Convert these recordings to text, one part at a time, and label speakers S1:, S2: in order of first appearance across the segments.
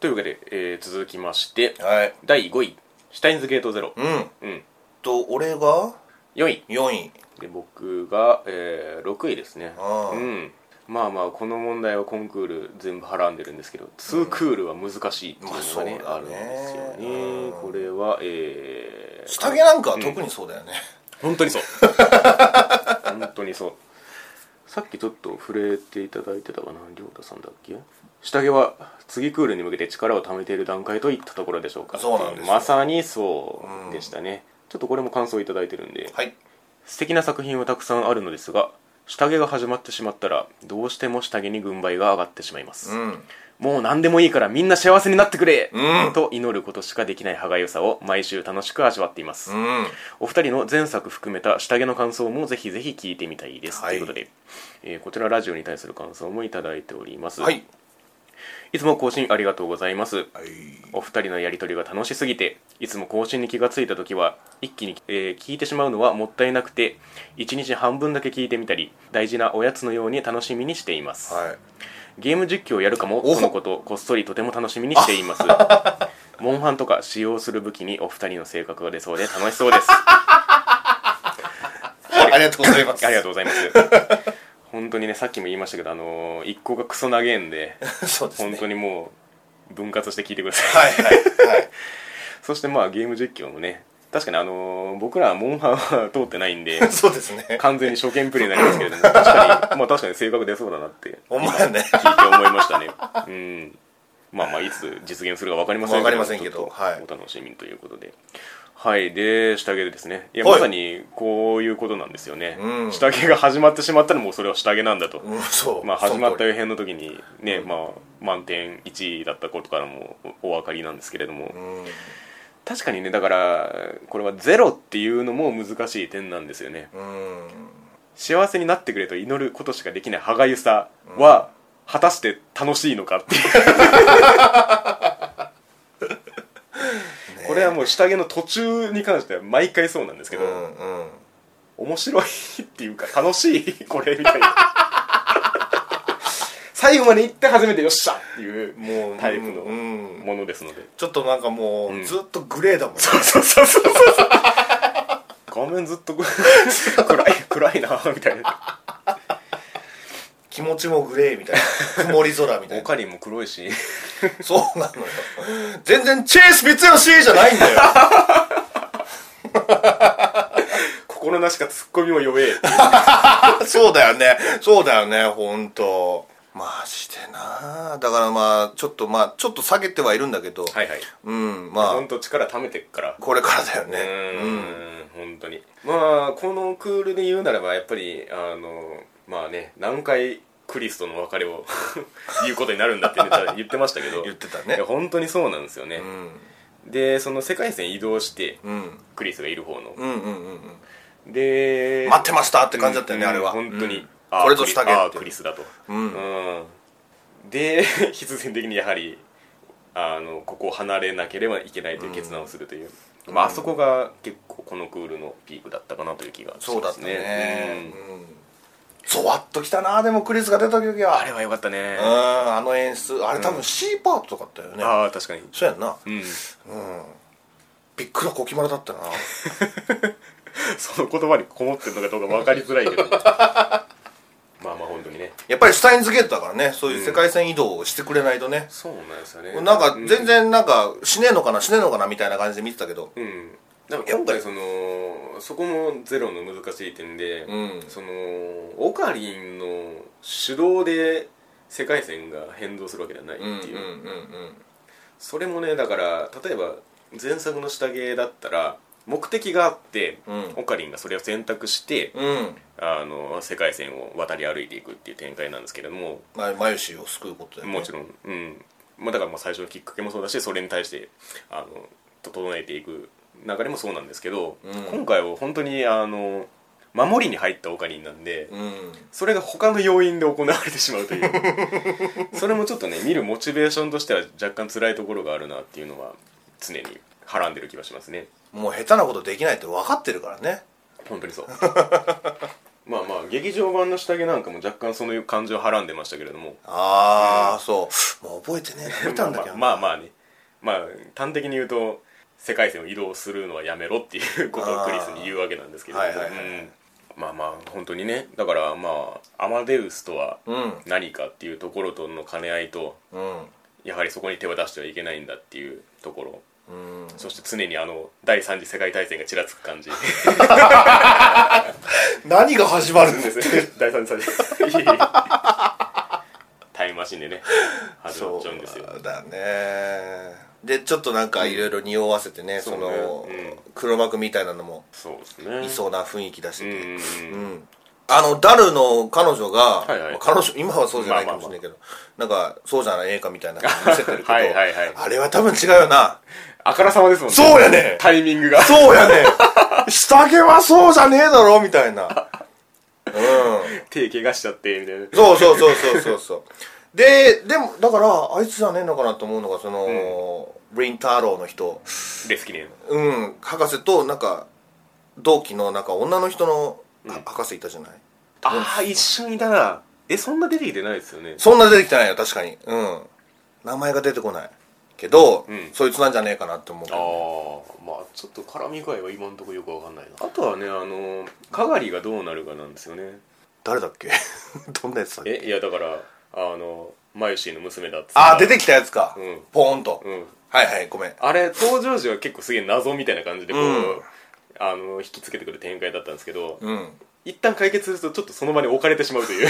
S1: というわけで、えー続きまして
S2: はい
S1: 第5位シュタインズゲートゼロ、
S2: うん
S1: うん、
S2: と俺が
S1: 4位
S2: 4位
S1: で僕が、えー6位ですね
S2: ああ
S1: うんまあまあこの問題はコンクール全部はらんでるんですけど2クールは難しいっていうのがね,、
S2: まあ
S1: あ、
S2: そ
S1: るん
S2: う
S1: で
S2: だね
S1: すよね、
S2: うん
S1: これはえー、
S2: 下着なんかは特にそうだよね、
S1: 本当にそう本当にそうさっきちょっと触れていただいてたかな亮太さんだっけ下着は次クールに向けて力を貯めている段階といったところでしょうか
S2: そうなんですよ
S1: まさにそうでしたね、ちょっとこれも感想いただいてるんで、
S2: はい
S1: 素敵な作品はたくさんあるのですが下着が始まってしまったらどうしても下着に軍配が上がってしまいます、
S2: うん
S1: もう何でもいいからみんな幸せになってくれ、
S2: うん
S1: と祈ることしかできない歯がゆさを毎週楽しく味わっています、
S2: うん
S1: お二人の前作含めた下着の感想もぜひぜひ聞いてみたいです、
S2: は
S1: と
S2: い
S1: いうことで、えーこちらラジオに対する感想もいただいております、
S2: はい、
S1: いつも更新ありがとうございます
S2: はい、
S1: お二人のやりとりが楽しすぎていつも更新に気がついた時は一気に、えー聞いてしまうのはもったいなくて1日半分だけ聞いてみたり大事なおやつのように楽しみにしています、
S2: はい、
S1: ゲーム実況をやるかも
S2: お
S1: とのことこっそりとても楽しみにしてい ますモンハンとか使用する武器にお二人の性格が出そうで楽しそうです
S2: ありがとうございます
S1: ありがとうございます。本当にね、さっきも言いましたけど、あのー一個がクソ投げんで、
S2: う そうですね
S1: 本当にもう、分割して聞いてください。
S2: はいはいはい、
S1: そしてまあ、ゲーム実況もね、確かにあのー僕らはモンハンは通ってないんで
S2: そうですね
S1: 完全に初見プレイになりますけれども、確かに、まあ確かに性格出そうだなって、
S2: お前ね
S1: 聞いて思いましたね。うん。まあまあ、いつ実現するか分かりませんけど、
S2: 分かりませんけど
S1: ちょっと
S2: はい
S1: お楽しみということで。はい。で、下着でですね。いや、
S2: はい
S1: まさにこういうことなんですよね。
S2: うん
S1: 下着が始まってしまったらもうそれは下着なんだと。
S2: うんそう
S1: まあ、始まった
S2: よ
S1: 予編の時にね、まあ、満点1位だったことからもおお分かりなんですけれども、
S2: うん
S1: 確かにねだからこれはゼロっていうのも難しい点なんですよね
S2: うん
S1: 幸せになってくれと祈ることしかできない歯がゆさは、果たして楽しいのかって いう、これはもう下着の途中に関しては毎回そうなんですけ
S2: う
S1: ど、
S2: んうん
S1: 面白いっていうか楽しい これみたいな最後まで行って初めてよっしゃっていう
S2: もう
S1: タイプの
S2: うん
S1: ものですので
S2: ちょっとなんかもう、
S1: ん
S2: ずっとグレーだもんね
S1: そうそうそうそうそう画面ずっとこう暗い暗いなみたいな
S2: 気持ちもグレーみたいな曇り空みたい
S1: オ
S2: な
S1: カリンも黒いし
S2: そうなのよ全然チェース三吉じゃないんだよ
S1: 心なしかツッコミも弱え
S2: そうだよねそうだよね本当マジでなだからまあちょっとまあちょっと下げてはいるんだけど、
S1: はいはい
S2: うんまあ
S1: 本当力貯めてっから
S2: これからだよ
S1: う
S2: ね
S1: ーん本当にまあこのクールで言うならばやっぱりあのまあね何回クリスとの別れを 言うことになるんだってね言ってましたけど
S2: 言ってた
S1: い
S2: ね
S1: や本当にそうなんですよね
S2: う、ん
S1: でその世界線移動して
S2: うん
S1: クリスがいる方の、
S2: うんうんうんうん
S1: で
S2: 待ってましたって感じだったよね、
S1: うん
S2: あれは
S1: 本当に、
S2: うん
S1: あー
S2: これと下
S1: クリあ
S2: げ
S1: ー
S2: て
S1: クリスだと
S2: うん
S1: うんで 必然的にやはりあのここを離れなければいけないという決断をするという、まああそこが結構このクールのピークだったかなという気がしますね
S2: そうだったね
S1: うん
S2: うんゾワッときたなでもクリスが出た時は
S1: あれは良かったね
S2: うんあの演出あれ多分 C パートとかだったよね
S1: ああ確かに
S2: そうやんな
S1: うん
S2: うんびっくらこきまらだったな
S1: その言葉にこもってるのかどうか分かりづらい けどまあまあ本当にね
S2: やっぱりシュタインズゲートだからねそういう世界線移動をしてくれないとね、
S1: そうなんですよね
S2: なんか全然なんか死ねえのかな死ねえのかなみたいな感じで見てたけど
S1: うん、だから今回そのそこもゼロの難しい点で、
S2: うん
S1: そのオカリンの手動で世界線が変動するわけではないっていう、
S2: ん
S1: それもねだから例えば前作の下着だったら目的があって、
S2: うん
S1: オカリンがそれを選択して、
S2: うんうん
S1: あの世界線を渡り歩いていくっていう展開なんですけれども
S2: まあマユシを救うことで、ね、
S1: もちろん、うんまあ、だからまあ最初のきっかけもそうだしそれに対してあの整えていく流れもそうなんですけど、
S2: うん
S1: 今回は本当にあの守りに入ったオカリンなんで、
S2: うん
S1: それが他の要因で行われてしまうというそれもちょっとね見るモチベーションとしては若干辛いところがあるなっていうのは常にはらんでる気がしますね
S2: もう下手なことできないって分かってるからね
S1: 本当にそうままあまあ劇場版の下着なんかも若干その感情をはらんでましたけれども
S2: ああ、そうもう覚えてねえな見たんだけどな
S1: まあまあまあねまあ端的に言うと世界線を移動するのはやめろっていうことをクリスに言うわけなんですけど
S2: あーはいはいはい
S1: うんまあまあ本当にねだからまあアマデウスとは
S2: うん
S1: 何かっていうところとの兼ね合いと
S2: うん
S1: やはりそこに手は出してはいけないんだっていうところ
S2: うん
S1: そして常にあの第三次世界大戦がちらつく感じ
S2: 何が始まるんです
S1: 第三次世界大戦 タイムマシンでね始まっちゃうんですよ
S2: だねでちょっとなんかいろいろ匂わせてね、その
S1: そうねうん
S2: 黒幕みたいなのも
S1: そうですね
S2: いそうな雰囲気出して
S1: うん
S2: て、
S1: うん
S2: う
S1: うん
S2: んあのダルの彼女が、
S1: はいはい
S2: まあ彼女今はそうじゃないかもしれないけど、なんかそうじゃない映画みたいなの見せてるけど
S1: はいはいはい
S2: あれは多分違うよな
S1: あからさまですもんね
S2: そうやね
S1: タイミングが
S2: そうやね下着はそうじゃねえだろみたいなうん
S1: 手怪我しちゃってみたいな
S2: そうそうそうそうそうそうででもだからあいつじゃねえのかなと思うのがその、ブリンターローの人
S1: レスキネの
S2: うん博士となんか同期のなんか女の人の、は博士いたじゃない
S1: ああ一瞬いたなえそんな出てきてないですよね
S2: そんな出てきてないよ確かにうん名前が出てこないけど、
S1: うん
S2: そいつなんじゃねえかなって思うけ
S1: ああ
S2: ど
S1: まあちょっと絡み具合は今のところよくわかんないなあとはねあのかがりがどうなるかなんですよね
S2: 誰だっけ どんなやつだっけ
S1: えいやだからあのマユシーの娘だっつって
S2: ああ出てきたやつか、
S1: うん
S2: ポーンと、
S1: うん
S2: はいはいごめん
S1: あれ登場時は結構すげえ謎みたいな感じでこう、
S2: うん
S1: あの引きつけてくる展開だったんですけど、
S2: うん
S1: 一旦解決するとちょっとその場に置かれてしまうと いう、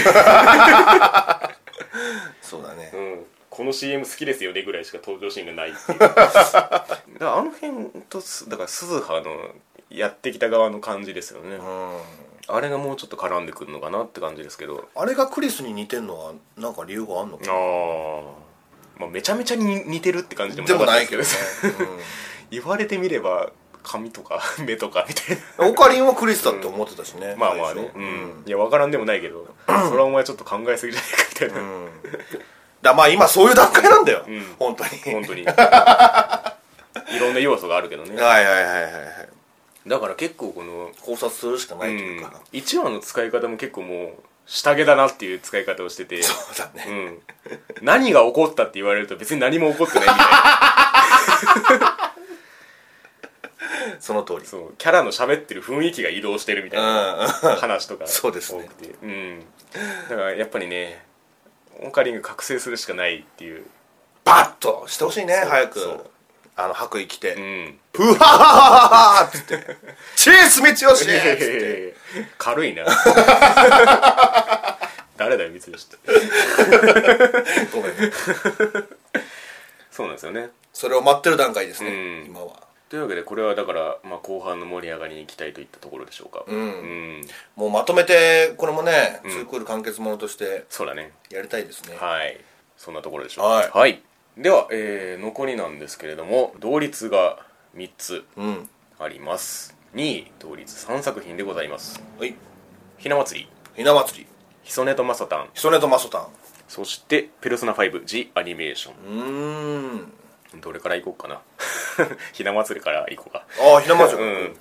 S2: そうだね
S1: うん、この CM 好きですよねぐらいしか登場シーンがないっていう だからあの辺とすだから鈴葉のやってきた側の感じですよね、
S2: うん、
S1: あれがもうちょっと絡んでくるのかなって感じですけど
S2: あれがクリスに似てんのはなんか理由があんの
S1: ああまあめちゃめちゃに似てるって感じでも
S2: でもないけ
S1: け
S2: ど
S1: ど
S2: ね
S1: 言われてみれば髪とか 目とかみたい な
S2: うんオカリンはクリスだって思ってたしね、
S1: まあまあね、
S2: 最初
S1: うん、いや分からんでもないけど それはお前ちょっと考えすぎじゃないかみたいな、
S2: うん、だまあ今そういう段階なんだよ、
S1: ん
S2: 本当に
S1: 本当にいろんな要素があるけどね
S2: はいはいはいはいはい
S1: だから結構この、
S2: 考察するしかな
S1: う
S2: いというんかな、、
S1: 1話の使い方も結構もう下着だなっていう使い方をしてて
S2: そうだね、
S1: うん、何が起こったって言われると別に何も起こってないみたいな
S2: その通 り
S1: そうキャラの喋ってる雰囲気が移動してるみたいな話とか
S2: そうですね
S1: 多くてうんだからやっぱりねオンカリング覚醒するしかないっていう
S2: バッとしてほしいね
S1: う
S2: 早く
S1: そう
S2: あの白衣着て、
S1: うん
S2: プハハハハハっつって「チェイスミチヨシ!」っつって
S1: 軽いな 誰だよ三吉って
S2: ごめん
S1: そうなんですよね
S2: それを待ってる段階ですね、
S1: うん
S2: 今は
S1: というわけでこれはだから、まあ、後半の盛り上がりに期待といったところでしょうかうん、
S2: もうまとめてこれもね、ツークール完結ものとして
S1: そうだね
S2: やりたいですね
S1: はいそんなところでしょう
S2: はい
S1: では、えー残りなんですけれども同率が3つ
S2: うん
S1: あります2位同率3作品でございます
S2: はい
S1: ひな祭り
S2: ひな祭り
S1: ひそねとまさたん
S2: ヒソネとマソタン
S1: そして「ペルソナ5 G アニメーショ
S2: うーん
S1: ン」どれからいこうかな ひな祭りからいこうか
S2: ああひな祭り、
S1: うん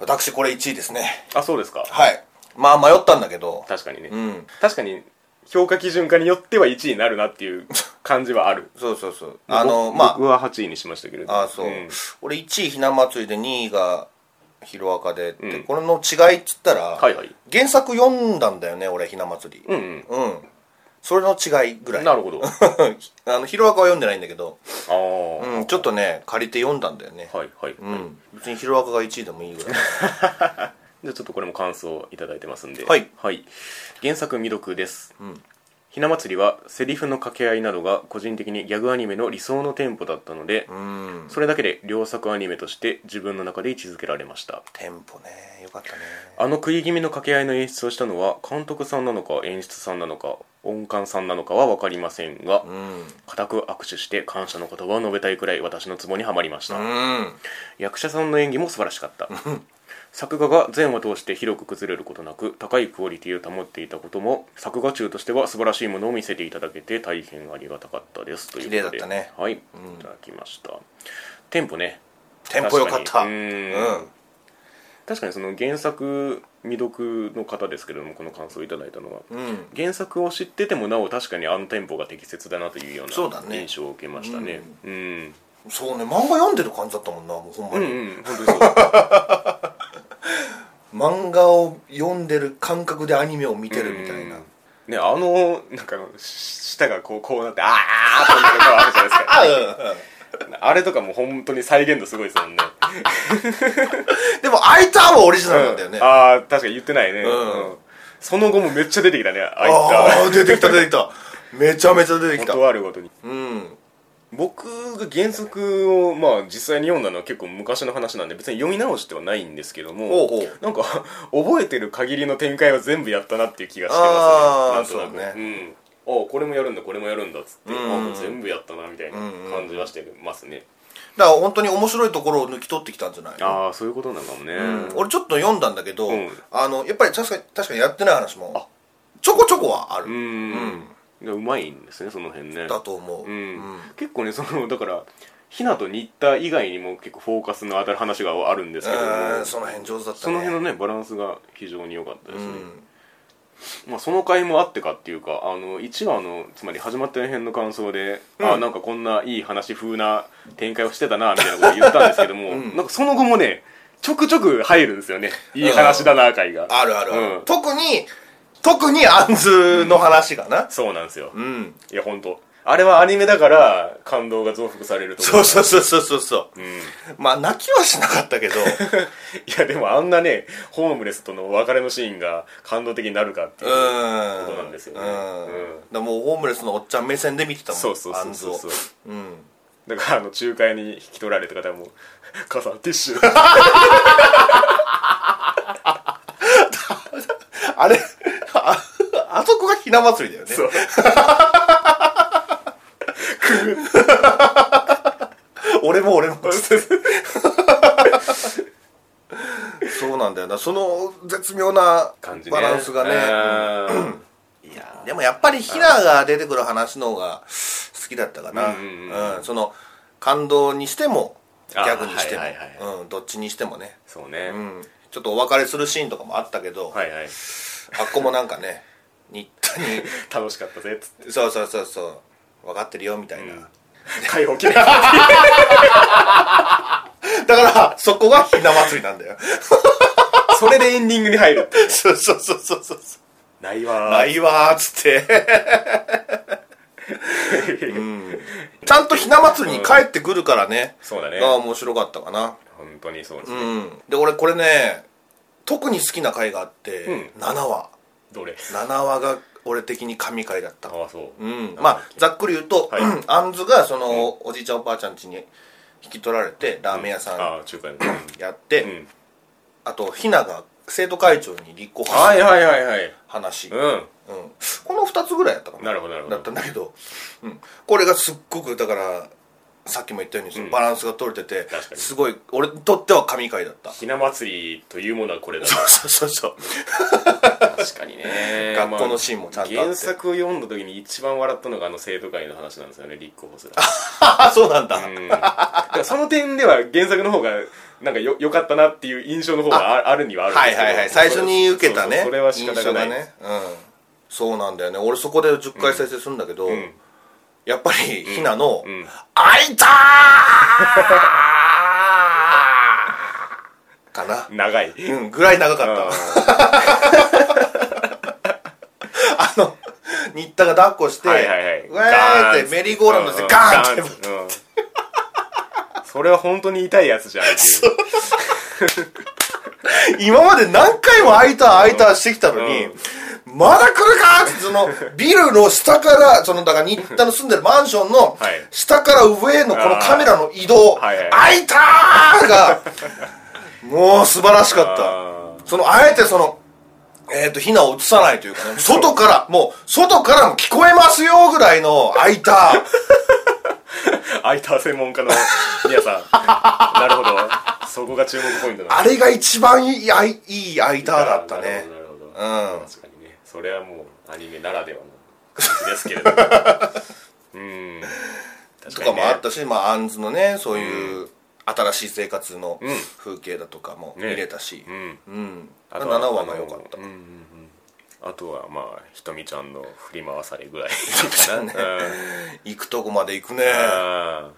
S2: 私これ1位ですね
S1: あそうですか
S2: はいまあ迷ったんだけど
S1: 確かにね、
S2: うん
S1: 確かに評価基準化によっては1位になるなっていう感じはある
S2: そうそうそう あの
S1: 僕
S2: まあ
S1: 僕は8位にしましたけれども
S2: ああそう、
S1: ん
S2: 俺1位ひな祭りで2位がヒロアカでって、これの違いっつったら、
S1: はいはい
S2: 原作読んだんだよね俺ひな祭り
S1: うんうん
S2: うん、それの違いぐらい
S1: なるほ どあ
S2: あのヒロアカは読んでないんだけど、
S1: あ、は
S2: うん、ちょっとね借りて読んだんだよね、
S1: いはい、
S2: うん、別にヒロアカが1位でもいいぐらい
S1: じゃあちょっとこれも感想をいただいてますんでは
S2: はい
S1: 原作未読です、ひな祭りはセリフの掛け合いなどが個人的にギャグアニメの理想のテンポだったので、
S2: うん
S1: それだけで両作アニメとして自分の中で位置づけられました
S2: テンポねよかったね
S1: あの食い気味の掛け合いの演出をしたのは監督さんなのか演出さんなのか音感さんなのかは分かりませんが
S2: うん
S1: 固く握手して感謝の言葉を述べたいくらい私のツボにはまりました、
S2: うん
S1: 役者さんの演技も素晴らしかった作画が全話通して広く崩れることなく高いクオリティを保っていたことも作画中としては素晴らしいものを見せていただけて大変ありがたかったですということで
S2: 綺麗だったね
S1: はい、いただきましたテンポね
S2: テンポよかった
S1: 確かにうん
S2: うん
S1: 確かにその原作未読の方ですけれどもこの感想をいただいたのは
S2: うん
S1: 原作を知っててもなお確かにあのテンポが適切だなというよう
S2: そうだ
S1: な
S2: ね
S1: 印象を受けましたねうん
S2: そうね漫画読んでる感じだったもんなもうほんま
S1: うん
S2: に、
S1: うん本当にそう
S2: 漫画を読んでる感覚でアニメを見てるみたいな、
S1: うんねあのなんかし舌がこうこうなってあーってなるとこあるじゃないですか
S2: あうん
S1: あれとかも本当に再現度すごいですもんね。
S2: でもあいつはもうオリジナルなんだよね、あ
S1: ああ、確かに言ってないね、
S2: うん
S1: うんその後もめっちゃ出てきたね、あいつ
S2: あ
S1: は。
S2: ー出てきた出てきためちゃめちゃ出てきた
S1: 断るごとに。
S2: うん
S1: 僕が原作を、まあ実際に読んだのは結構昔の話なんで、別に読み直してはないんですけども、
S2: ほうほう
S1: なんか、 覚えてる限りの展開は全部やったなっていう気がして
S2: あー
S1: ますね。なんとなく。
S2: そう
S1: うんあこれもやるんだこれもやるんだっつって、
S2: うん
S1: あもう全部やったなみたいな感じはしてますね、
S2: だから本当に面白いところを抜き取ってきたんじゃない
S1: ああそういうことなのかもね、
S2: うん俺ちょっと読んだんだけど、
S1: うん
S2: あのやっぱり確かに確かにやってない話もちょこちょこはある、
S1: うん、ううまいんですねその辺ね
S2: だと思う、
S1: うん
S2: うん
S1: 結構ねそのだからひなと新田以外にも結構フォーカスの当たる話があるんですけども、
S2: うんその辺上手だったね
S1: その辺のねバランスが非常に良かったですね、
S2: うん
S1: まあ、その回もあってかっていうかあの1話のつまり始まった辺の感想で、あなんかこんないい話風な展開をしてたなみたいなこと言ったんですけど も、なんかその後もねちょくちょく入るんですよねいい話だな回が、
S2: あるあるある、
S1: うん
S2: 特に特にアンズの話がな
S1: そうなんですよ、
S2: うん、
S1: いや本当あれはアニメだから感動が増幅されると
S2: そう
S1: 思
S2: そうそうそうそうそう
S1: う、うん
S2: まあ泣きはしなかったけど
S1: いやでもあんなねホームレスとの別れのシーンが感動的になるかっていうう、
S2: ん
S1: ことなんですよね
S2: うん
S1: うん
S2: だからもうホームレスのおっちゃん目線で見てたもん
S1: そうそうそう
S2: アン
S1: そ
S2: ズ
S1: う
S2: を
S1: そう
S2: うん
S1: だからあの仲介に引き取られた方 も「母さんティッシュ」
S2: あれああ そこがひな祭りだよね
S1: そう
S2: 俺も俺も そうなんだよなその絶妙な
S1: 感じね
S2: バランスがね
S1: うんいや
S2: でもやっぱりヒナが出てくる話の方が好きだったかな、
S1: うんうんうん
S2: うんその感動にしてもギ
S1: あー
S2: ャグにしても、
S1: はいはいは
S2: うん、どっちにしてもね、
S1: そうね、
S2: うん、ちょっとお別れするシーンとかもあったけど、
S1: はいはい
S2: あっこもなんかね 新田に
S1: 楽しかったぜっつって
S2: そうそうそうそう分かってるよみたいな、
S1: 解放記念 あ
S2: だからそこがひな祭りなんだ よ
S1: それでエンディングに入るって
S2: そうそうそうそうそう
S1: ないわー
S2: ないわーっつって、ちゃんとひな祭りに帰ってくるからね、
S1: そうだね
S2: が面白かったかな
S1: 本当にそうです、
S2: うんで俺これね特に好きな回があって、
S1: う
S2: 7話
S1: どれ
S2: 7話が俺的に神回だった
S1: ああそう、
S2: うんまあざっくり言うと、
S1: はい
S2: アンズがその、おじいちゃんおばあちゃん家に引き取られてラーメン屋
S1: あ
S2: さ
S1: あ中華の
S2: んやって、
S1: うん
S2: あとひなが生徒会長に立候補
S1: は
S2: す
S1: い
S2: る
S1: はいはいはい
S2: 話、
S1: うん
S2: うんこの2つぐらいやったかな
S1: なるほどなるほど
S2: だったんだけど、うん、これがすっごくだからさっきも言ったようにそのバランスが取れてて、
S1: 確かに
S2: すごい俺にとっては神回だったそ
S1: ひな祭りというものはこ れだ
S2: うそうそ うそう
S1: 確かにね
S2: 学校のシーンもちゃんとあって
S1: 原作を読んだ時に一番笑ったのがあの生徒会の話なんですよね立候補する
S2: あそうなんだ、
S1: うんだからその点では原作の方がなんかよ良かったなっていう印象の方がああるにはあるん
S2: は
S1: で
S2: い
S1: すけど
S2: はいはい最初に受けた
S1: そう
S2: ね
S1: そうそれは仕方がない
S2: 印象がね、うん、そうなんだよね俺そこで10回再生するんだけど、
S1: ん
S2: やっぱりひなの
S1: うん
S2: 「あいたー!」かな
S1: 長い
S2: うんぐらい長かったわ あの新田が抱っこして「
S1: はいはいはいう
S2: わー!」ってメリーゴーラウンドしてガーンって
S1: うんうんうんそれは本当に痛いやつじゃん っていう
S2: 今まで何回も開いた開いたしてきたのに、まだ来るかってそのビルの下からそのだから新田の住んでるマンションの
S1: はい
S2: 下から上へのこのカメラの移動
S1: あ
S2: 「
S1: ーはいはい
S2: 開いたー!」がもう素晴らしか
S1: あ
S2: ったそのあえてそのえっ、と、ひなを映さないというかね、外から、もう、外からも聞こえますよぐらいの、開いた。
S1: ー開いた専門家の皆 さんなるほどそこが注目ポイントなんですね
S2: あれが一番いい、あいいい開いただったね。
S1: なるほどなるほど
S2: うん
S1: 確かにねそれはもうアニメならではの感じですけれ どもうん確かにね
S2: とかもあったし、まあ、アンズのねそういう新しい生活の
S1: うん
S2: 風景だとかも見
S1: ね
S2: れたし、
S1: うん
S2: うん
S1: あ
S2: 7
S1: と
S2: 話が良かった
S1: あのうんうんうんあとはまあひとみちゃんの振り回されぐらいかな
S2: 行くとこまで行くね
S1: あ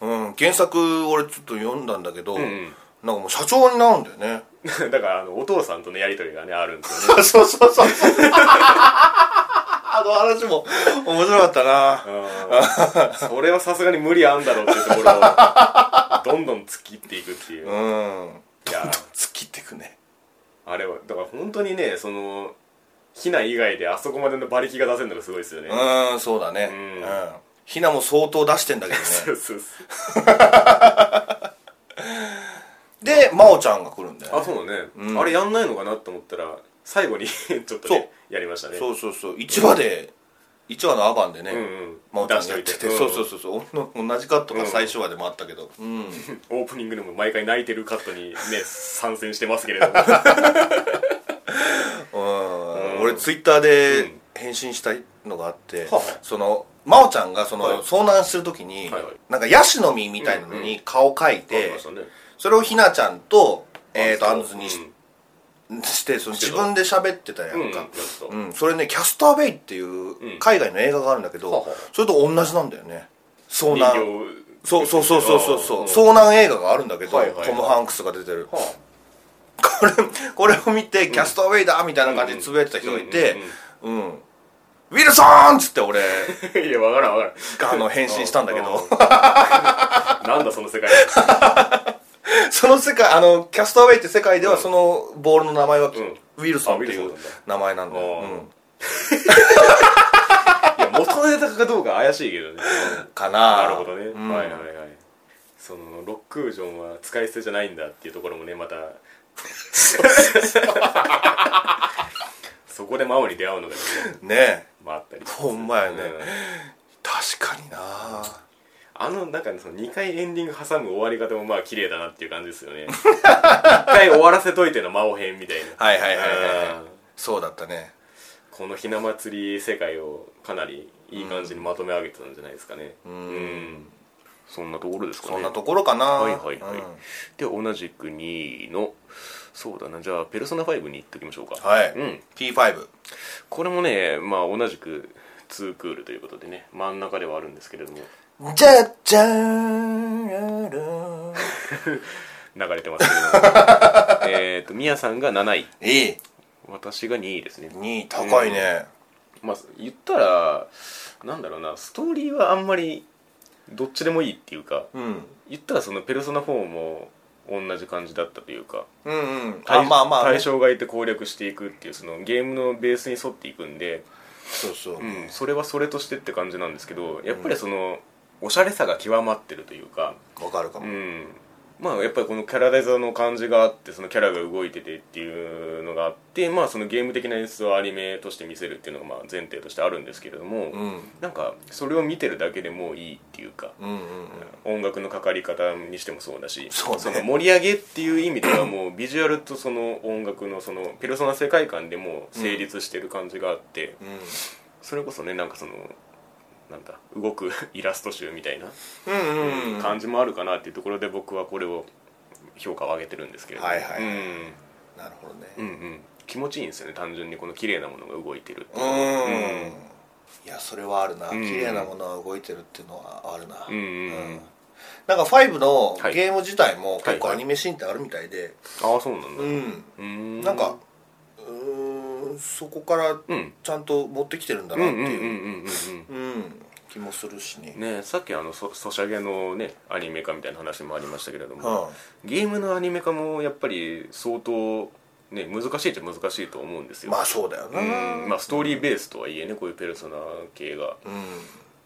S2: うん原作俺ちょっと読んだんだけど、
S1: ん
S2: なんかもう社長になるんだよね
S1: ーだからあのお父さんとのやり取りがねあるんですよね
S2: そうそうそうあの話も 面白かったな
S1: うんそれはさすがに無理あんだろうってところをどんどん突きっていくっていう、い
S2: うん
S1: や
S2: 突きってくね
S1: あれはだから本当にねその避難以外であそこまでの馬力が出せるのがすごいですよね、
S2: うんそうだね
S1: う
S2: うんんひなも相当出してんだ けど
S1: そ
S2: ね
S1: うそうそう
S2: で真央ちゃんが来るんだよ、
S1: あ
S2: ね、
S1: そうだね、
S2: うん
S1: あれやんないのかなと思ったら最後に ちょっとねやりましたね
S2: そうそうそう1話で1話のアバンでね、
S1: うんうん
S2: 真央ちゃんがやってて
S1: 出しといて
S2: そうそうそうそうおんな同じカットが最初話でもあったけどうん、
S1: オープニングでも毎回泣いてるカットにね参戦してますけ れども
S2: うん
S1: うん
S2: 俺ツイッター
S1: う
S2: で
S1: ん
S2: 返信したいのがあって、
S1: はあ
S2: その真央ちゃんがその、
S1: はい
S2: 遭難する時に、
S1: はいはい
S2: なんかヤシの実みたいなのに顔描いて、
S1: ありましたね
S2: それをひなちゃんと,、えー、とアンズ
S1: う
S2: に
S1: ん
S2: し,、てその
S1: して
S2: 自
S1: た
S2: 分で喋ってたや
S1: うん
S2: ん
S1: や
S2: か
S1: っ、た
S2: うんそれね「キャスターベイ」っていう海外の映画があるんだけど、
S1: はあはあ
S2: それと同じなんだよね遭
S1: 人
S2: 難
S1: 形
S2: そうそうそうそうそう
S1: あ
S2: そう
S1: ー
S2: 遭難映画があるんだけど、
S1: はいはいはい
S2: トム・ハンクスが出てる、
S1: は
S2: これこれを見て、キャストアウェイだみたいな感じでつぶやいてた人がいて「うんウィルソーン!」っつって俺
S1: あいやわからん わ
S2: あの返信したんだけど
S1: からんなんだその世界
S2: その世界あのキャストアウェイって世界ではそのボールの名前は、
S1: ん
S2: ウィルソンってい
S1: あウィ
S2: う
S1: ルソンなんだ
S2: 名前なんだよ、
S1: いや元ネタかどうか怪しいけ どね
S2: うんかな
S1: なるほどね、
S2: うん
S1: はいはいはいそのロックージョンは使い捨てじゃないんだっていうところもねま たそこでマオに出会うのがね、
S2: ねえ
S1: まあ、あったり
S2: ほんまや
S1: う
S2: ね
S1: ん
S2: 確かにな
S1: あのなんかねその2回エンディング挟む終わり方もまあ綺麗だなっていう感じですよね1回終わらせといての魔王編みたいな
S2: はいはいはいはいはい
S1: うん
S2: そうだったね
S1: このひな祭り世界をかなりいい感じにまとめ上げてたんじゃないですかねうんそんなところですかね
S2: そんなところかな
S1: はいはいはい、
S2: うん
S1: で同じく2位のそうだなじゃあ「ペルソナ5」に行っておきましょうか
S2: はい
S1: うん、
S2: P5
S1: これもねまあ同じく2クールということでね真ん中ではあるんですけれども
S2: じゃっじゃーんら
S1: 流れてます けれどもえっと宮さんが7位
S2: らいい
S1: 私が2位ですね
S2: 2位高いね、
S1: まあ言ったらなんだろうなストーリーはあんまりどっちでもいいっていうか
S2: うん、
S1: 言ったらその「ペルソナ4」も同じ感じだったというか
S2: うんうんあ
S1: 対
S2: まあまあ、ね、
S1: 対象がいて攻略していくっていうそのゲームのベースに沿っていくんで、
S2: そうそう、
S1: うん、それはそれとしてって感じなんですけどやっぱりその、おしゃれさが極まってるというか、
S2: わかるか
S1: う
S2: も、
S1: ん、まあやっぱりこのキャラデザの感じがあってそのキャラが動いててっていうのがあってまあそのゲーム的な演出をアニメとして見せるっていうのがまあ前提としてあるんですけれども、
S2: うん、うん
S1: なんかそれを見てるだけでもういいっていうか、
S2: うんうん
S1: 音楽のかかり方にしてもそうだし
S2: そうね
S1: の盛り上げっていう意味ではもうビジュアルとその音楽のそのペルソナ世界観でもう成立してる感じがあって、それこそねなんかそのなんだ動くイラスト集みたいな
S2: うんうんうん
S1: 感じもあるかなっていうところで僕はこれを評価を上げてるんですけれども、
S2: はいはい
S1: うん
S2: はなるほどね
S1: うんうん気持ちいいんですよね単純にこの綺麗なものが動いてるってい
S2: う
S1: うの
S2: ん
S1: が、
S2: いやそれはあるな、
S1: うん
S2: 綺麗なものが動いてるっていうのはあるな
S1: うんうんうん
S2: なんか5の
S1: はい
S2: ゲーム自体も
S1: はい
S2: 結構アニメシーンってあるみたいで、
S1: ああそうなんだ、
S2: うん
S1: うーん
S2: なんかうーんそこから
S1: うん
S2: ちゃんと持ってきてるんだ
S1: うん
S2: なっ
S1: う
S2: て
S1: んうんうん
S2: いう
S1: うんうん
S2: うん、気もするしね
S1: ねさっきあのソソシャゲのねアニメ化みたいな話もありましたけれども、
S2: は
S1: ゲームのアニメ化もやっぱり相当ね難しいっちゃ難しいと思うんです
S2: い
S1: よ
S2: まあそうだよな
S1: うんまあストーリーベースとはいえねこういうペルソナ系が
S2: うん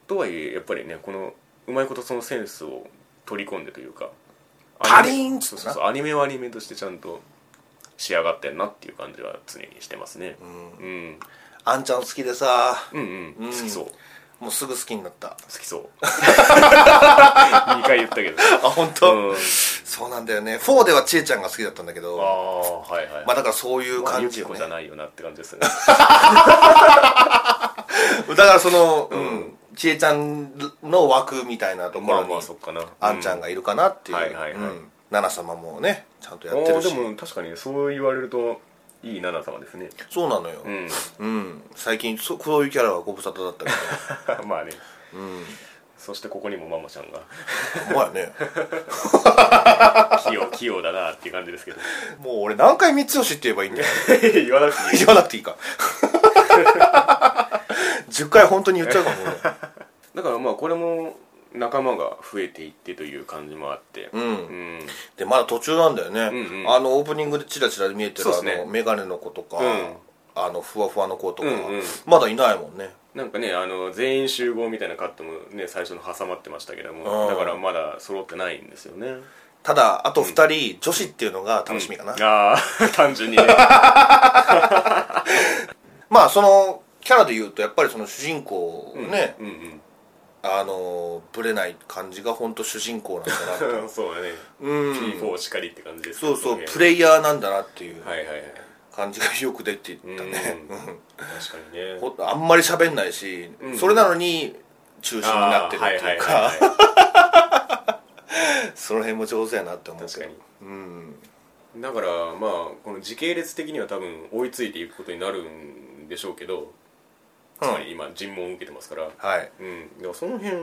S1: とはいえやっぱりねこのうまいことそのセンスを取り込んでというか
S2: パリーンっ
S1: そ
S2: つ
S1: う
S2: って
S1: そうそ
S2: な
S1: うアニメはアニメとしてちゃんと仕上がってんなっていう感じは常にしてますねうん、うん、
S2: あんちゃん好きでさ
S1: うん
S2: うん
S1: 好きそう好
S2: もうすぐ好きになった
S1: きそう 2回言ったけど
S2: あ本
S1: うん
S2: そうなんだよね4ではちえちゃんが好きだったんだけ
S1: あ
S2: ど
S1: あはいはい
S2: まあだからそういう
S1: まあ
S2: 感
S1: ユ
S2: じ
S1: キ
S2: よ
S1: コ
S2: ね
S1: じゃ
S2: だ
S1: ないよなって感じですよね
S2: からそのうんちえちゃんの枠みたいなとこ
S1: ま
S2: ろ
S1: あ
S2: に、
S1: まあそっかな
S2: あんちゃんがいるかなっていう、
S1: はいはいはい
S2: うん奈々様もねちゃんとや
S1: あ
S2: ってる
S1: ー
S2: し
S1: でも確かにそう言われるといい七様ですね
S2: そうなのよ、
S1: う
S2: うん
S1: ん
S2: 最近そそういうキャラはご無沙汰だったけ
S1: まあね
S2: ど、うん、
S1: そしてここにもママちゃんが
S2: お前ね
S1: 器用器用だなっていう感じですけど
S2: もう俺何回三吉って言えばいいんだよ
S1: 言わなくていい
S2: 言わなくていいか10回本当に言っちゃうかも
S1: だからまあこれも仲間が増えていってという感じもあって
S2: 俺、うん
S1: うん
S2: でまだ途中なんだよね、
S1: んうん
S2: あのオープニングでチラチラ見えて
S1: そう
S2: る
S1: で
S2: あ
S1: すね
S2: のメガネの子とか、
S1: うん
S2: あのふわふわの子とか、
S1: うんうん
S2: まだいないもんね
S1: なんかねあの全員集合みたいなカットもね最初の挟まってましたけど
S2: う
S1: も
S2: ん
S1: だからまだ揃ってないんですよね
S2: ただあと2人、女子っていうのが楽しみかな、
S1: ああ 単純にね
S2: まあそのキャラで言うとやっぱりその主人公ね、
S1: うんうん
S2: あのぶれない感じが本当主人公なんだな って
S1: うんそうだね
S2: うん
S1: P4 しかりって感じですけ
S2: そ
S1: ど
S2: うそう
S1: ね
S2: プレイヤーなんだなっていう
S1: はいはいはい
S2: 感じがよく出ていった
S1: うん
S2: ね、
S1: 確かにね
S2: ほんあんまり喋んないし、
S1: うん
S2: それなのに中心になってるっ
S1: あー
S2: ていう
S1: はいはい
S2: か
S1: はいは
S2: その辺も上手やなって思う
S1: い
S2: け
S1: 確
S2: ど
S1: かに
S2: うん
S1: だからまあこの時系列的には多分追いついていくことになるんでしょうけどつまり今尋問を受けてますから
S2: はい
S1: うんでもその辺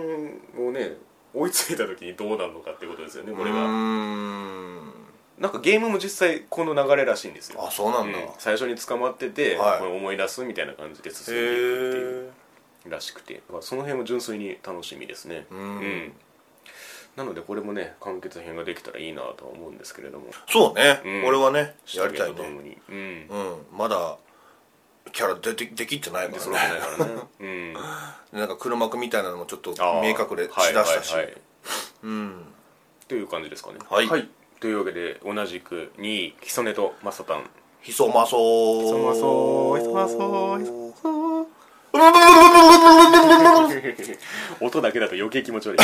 S1: をね追いついた時にどうなるのかってことですよねこれ
S2: う
S1: が
S2: ーん
S1: なんかゲームも実際この流れらしいんですよ
S2: あそうなんだ、
S1: うん最初に捕まってて、
S2: はい
S1: これ思い出すみたいな感じで進んでいくっていう
S2: へえ
S1: らしくてまあその辺も純粋に楽しみですね
S2: うん
S1: なのでこれもね完結編ができたらいいなとは思うんですけれども
S2: そうね、
S1: うん
S2: 俺はねやりたい
S1: とと
S2: ね
S1: もにうん
S2: うんまだキャラ出てできってないか
S1: で
S2: ら
S1: そ
S2: ね
S1: うじゃないからねうん
S2: なんか黒幕みたいなのもちょっと
S1: あー
S2: 見え隠れしだしたし
S1: はいはいはい
S2: うん
S1: という感じですかね
S2: はい
S1: というわけで同じく2位キソネとマサタン
S2: ひそまそう
S1: ひそまそうひそまそうひそまそう 音だけだと余計気持ち悪い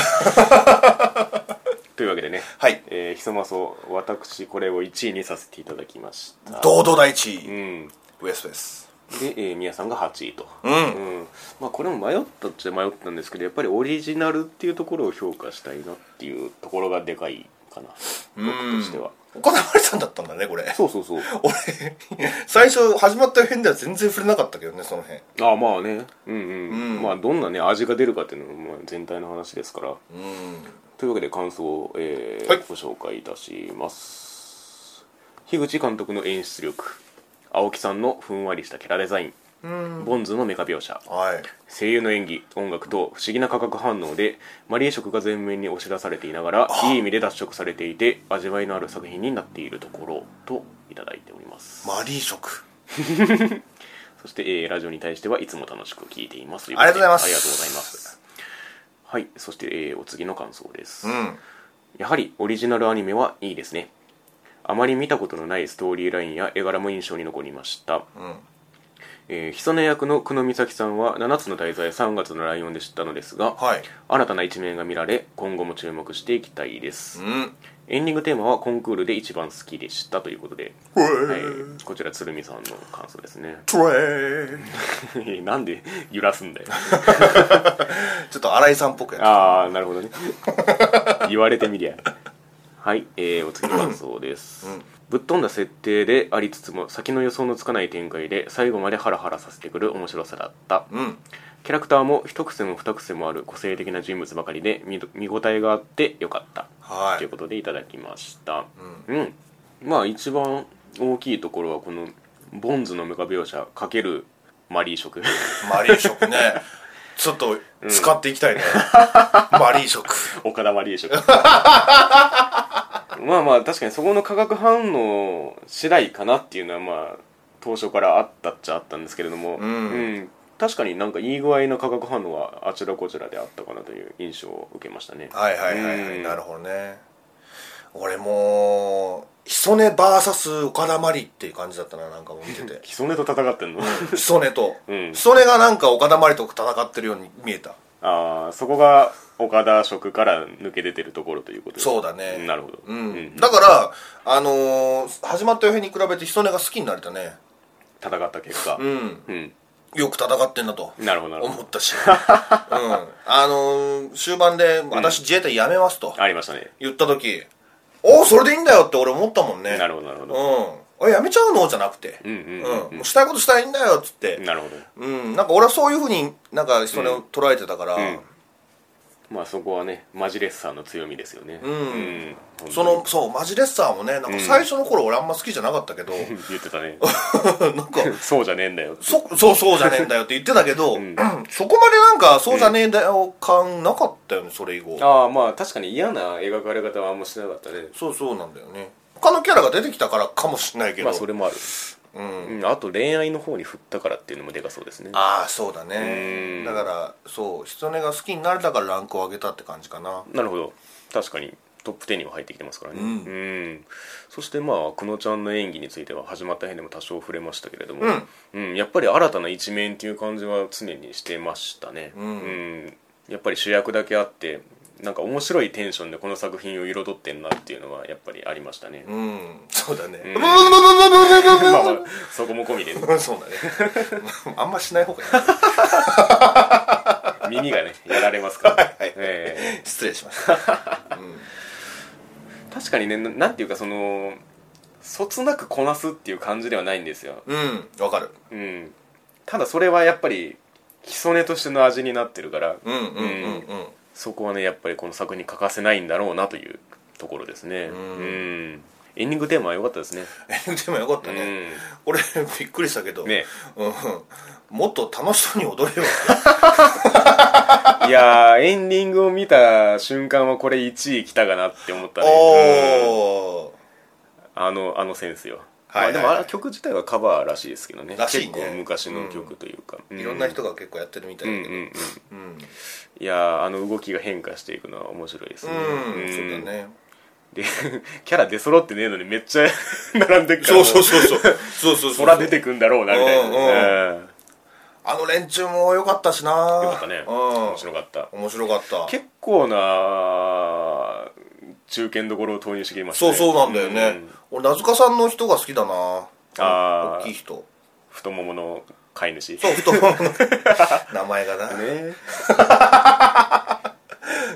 S1: というわけでね
S2: はい
S1: えー、ひそまそう私これを1位にさせていただきました
S2: 堂々第一
S1: う
S2: 位
S1: ん
S2: ウエストです
S1: で、えー、宮さんが8位と
S2: うん
S1: うんまあ、これも迷ったっちゃ迷ったんですけどやっぱりオリジナルっていうところを評価したいなっていうところがでかいかな僕としては
S2: 岡田真理さんだったんだねこれ
S1: そうそうそう
S2: 俺最初始まった辺では全然触れなかったけどねその辺
S1: ああまあねうんうん、
S2: うん
S1: まあどんなね味が出るかっていうのもまあ全体の話ですから
S2: うん
S1: というわけで感想を、えー
S2: はい
S1: ご紹介いたします樋口監督の演出力青木さんのふんわりしたキャラデザインボンズのメカ描写
S2: はい
S1: 声優の演技音楽と不思議な化学反応でマリー色が前面に押し出されていながらいい意味で脱色されていて味わいのある作品になっているところといただいております
S2: マリー食
S1: そして、えーラジオに対してはいつも楽しく聞いています
S2: ありがとうございます
S1: ありがとうございますはいそして、えーお次の感想です、
S2: うん
S1: やはりオリジナルアニメはいいですねあまり見たことのないストーリーラインや絵柄も印象に残りました、えー、ヒソネ役の久野美咲さんは7つの題材3月のライオンで知ったのですが、
S2: はい
S1: 新たな一面が見られ今後も注目していきたいです、
S2: うん
S1: エンディングテーマはコンクールで一番好きでしたということで、
S2: ト
S1: はい
S2: レ
S1: こちら鶴見さんの感想ですね
S2: ー
S1: なんで揺らすんだよ
S2: ちょっと新井さんっぽくや
S1: ああなるほど ね言われてみりゃはい、えー、お次の感想です、ぶっ飛んだ設定でありつつも先の予想のつかない展開で最後までハラハラさせてくる面白さだった
S2: つうん
S1: キャラクターも一癖も二癖もある個性的な人物ばかりで見ど見応えがあってよかった
S2: は
S1: という
S2: い
S1: ことでいただきましたうん、まあ一番大きいところはこのボンズのメカ描写かけるマリー色
S2: マリー食ね ちょっと使っていきたいねマリー食
S1: 岡田マリー色ま あまあ確かにそこの化学反応次第かなっていうのはまあ当初からあったっちゃあったんですけれども、
S2: うん
S1: 確かになんかいい具合な化学反応はあちらこちらであったかなという印象を受けましたね
S2: はいはいはいは
S1: う
S2: い
S1: ん
S2: なるほどね俺もうヒソネ VS 岡田真理っていう感じだったななんかもう見てて
S1: 基礎ネと戦ってんの
S2: ヒソネと、
S1: うん
S2: ヒソネがなんか岡田真理と戦ってるように見えた
S1: ああそこが岡田色から抜け出てるところということで
S2: そうだね
S1: なるほど
S2: うん、
S1: うん
S2: だからあのー始まった予変に比べてヒソネが好きになれたね
S1: 戦った結果
S2: うん
S1: うん
S2: よく戦ってんなと
S1: なるほどなるほ
S2: 思ったし、うん、あのー終盤で私自衛隊辞めますと
S1: どありましたね
S2: 言った時、おおそれでいいんだよって俺思ったもんね
S1: なるほどなるほど
S2: うんあ辞めちゃうのじゃなくて、
S1: うんうん
S2: う
S1: うん
S2: んもうしたいことしたらいいんだよっつって、
S1: なるほど
S2: うん、なんか俺はそういうふうになんかそれを捉えてたから、
S1: んまあそこはねマジレッサーの強みですよねうんん本当に
S2: そのそうマジレッサーもねなんか最初の頃俺あんま好きじゃなかったけど、
S1: 言ってたね
S2: なんか
S1: そうじゃねえんだよ
S2: そそうそうじゃねえんだよって言ってたけど、
S1: ん
S2: そこまでなんかそうじゃねえんだよ感なかったよねそれ以後
S1: ああまあ確かに嫌な描かれ方はあんましなかったね
S2: そうそうなんだよね他のキャラが出てきたからかもしれないけど、
S1: まあそれもある
S2: うん
S1: うんあと恋愛の方に振ったからっていうのもでかそうですね
S2: ああそうだね
S1: うん
S2: だからそう狐が好きになれたからランクを上げたって感じかな
S1: なるほど確かにトップ10には入ってきてますからね
S2: う
S1: うんん、そしてまあ久野ちゃんの演技については始まった辺でも多少触れましたけれども、
S2: うん
S1: うんやっぱり新たな一面っていう感じは常にしてましたね、
S2: ん
S1: うんやっぱり主役だけあってなんか面白いテンションでこの作品を彩ってんなっていうのはやっぱりありましたね、
S2: うんそうだね、
S1: ん
S2: ブブブブブブブブ
S1: まあまあそこも込みでね
S2: ブブ そうだねあんましない方がいいな
S1: 耳がねやられますから、
S2: はい
S1: ええ
S2: 失礼しました、うん
S1: 確かにねななんていうかそのそつなくこなすっていう感じではないんですよ
S2: うんわかる
S1: うんただそれはやっぱり基礎根としての味になってるから
S2: うんうんうんうん、
S1: そこはねやっぱりこの作品に欠かせないんだろうなというところですねうんエンディングテーマは良かったですね
S2: でもよかったね、俺びっくりしたけど、
S1: うんね
S2: うん、もっと楽しそうに踊 れよ
S1: いやーエンディングを見た瞬間はこれ1位来たかなって思ったねうん
S2: おお
S1: あのあのセンスよ
S2: はいはいはい
S1: まあ、でもあの曲自体はカバーらしいですけどね
S2: らしいね
S1: 結構昔の曲というか、
S2: いろんな人が結構やってるみた
S1: う
S2: い
S1: ん
S2: だ
S1: うん
S2: け
S1: う
S2: ど
S1: ん
S2: うん
S1: いやーあの動きが変化していくのは面白いですね
S2: うん、
S1: ん
S2: そうだね
S1: で キャラ出揃ってねえのにめっちゃ 並んでっから
S2: そうそう
S1: う
S2: そうそうそうそうそう
S1: そら出てくんだろうなみたいな、
S2: うん
S1: うんよ
S2: あの連中も良かったしな
S1: か
S2: 良
S1: ったね面
S2: う
S1: 白かった
S2: ん面白かった
S1: 結構な中堅どころを投入してきました
S2: そう
S1: ね
S2: そうなんだよね、
S1: うん
S2: 俺名塚さんの人が好きだな
S1: あー
S2: 大きい人
S1: 太ももの飼い主
S2: そう太も もの名前がな、
S1: ね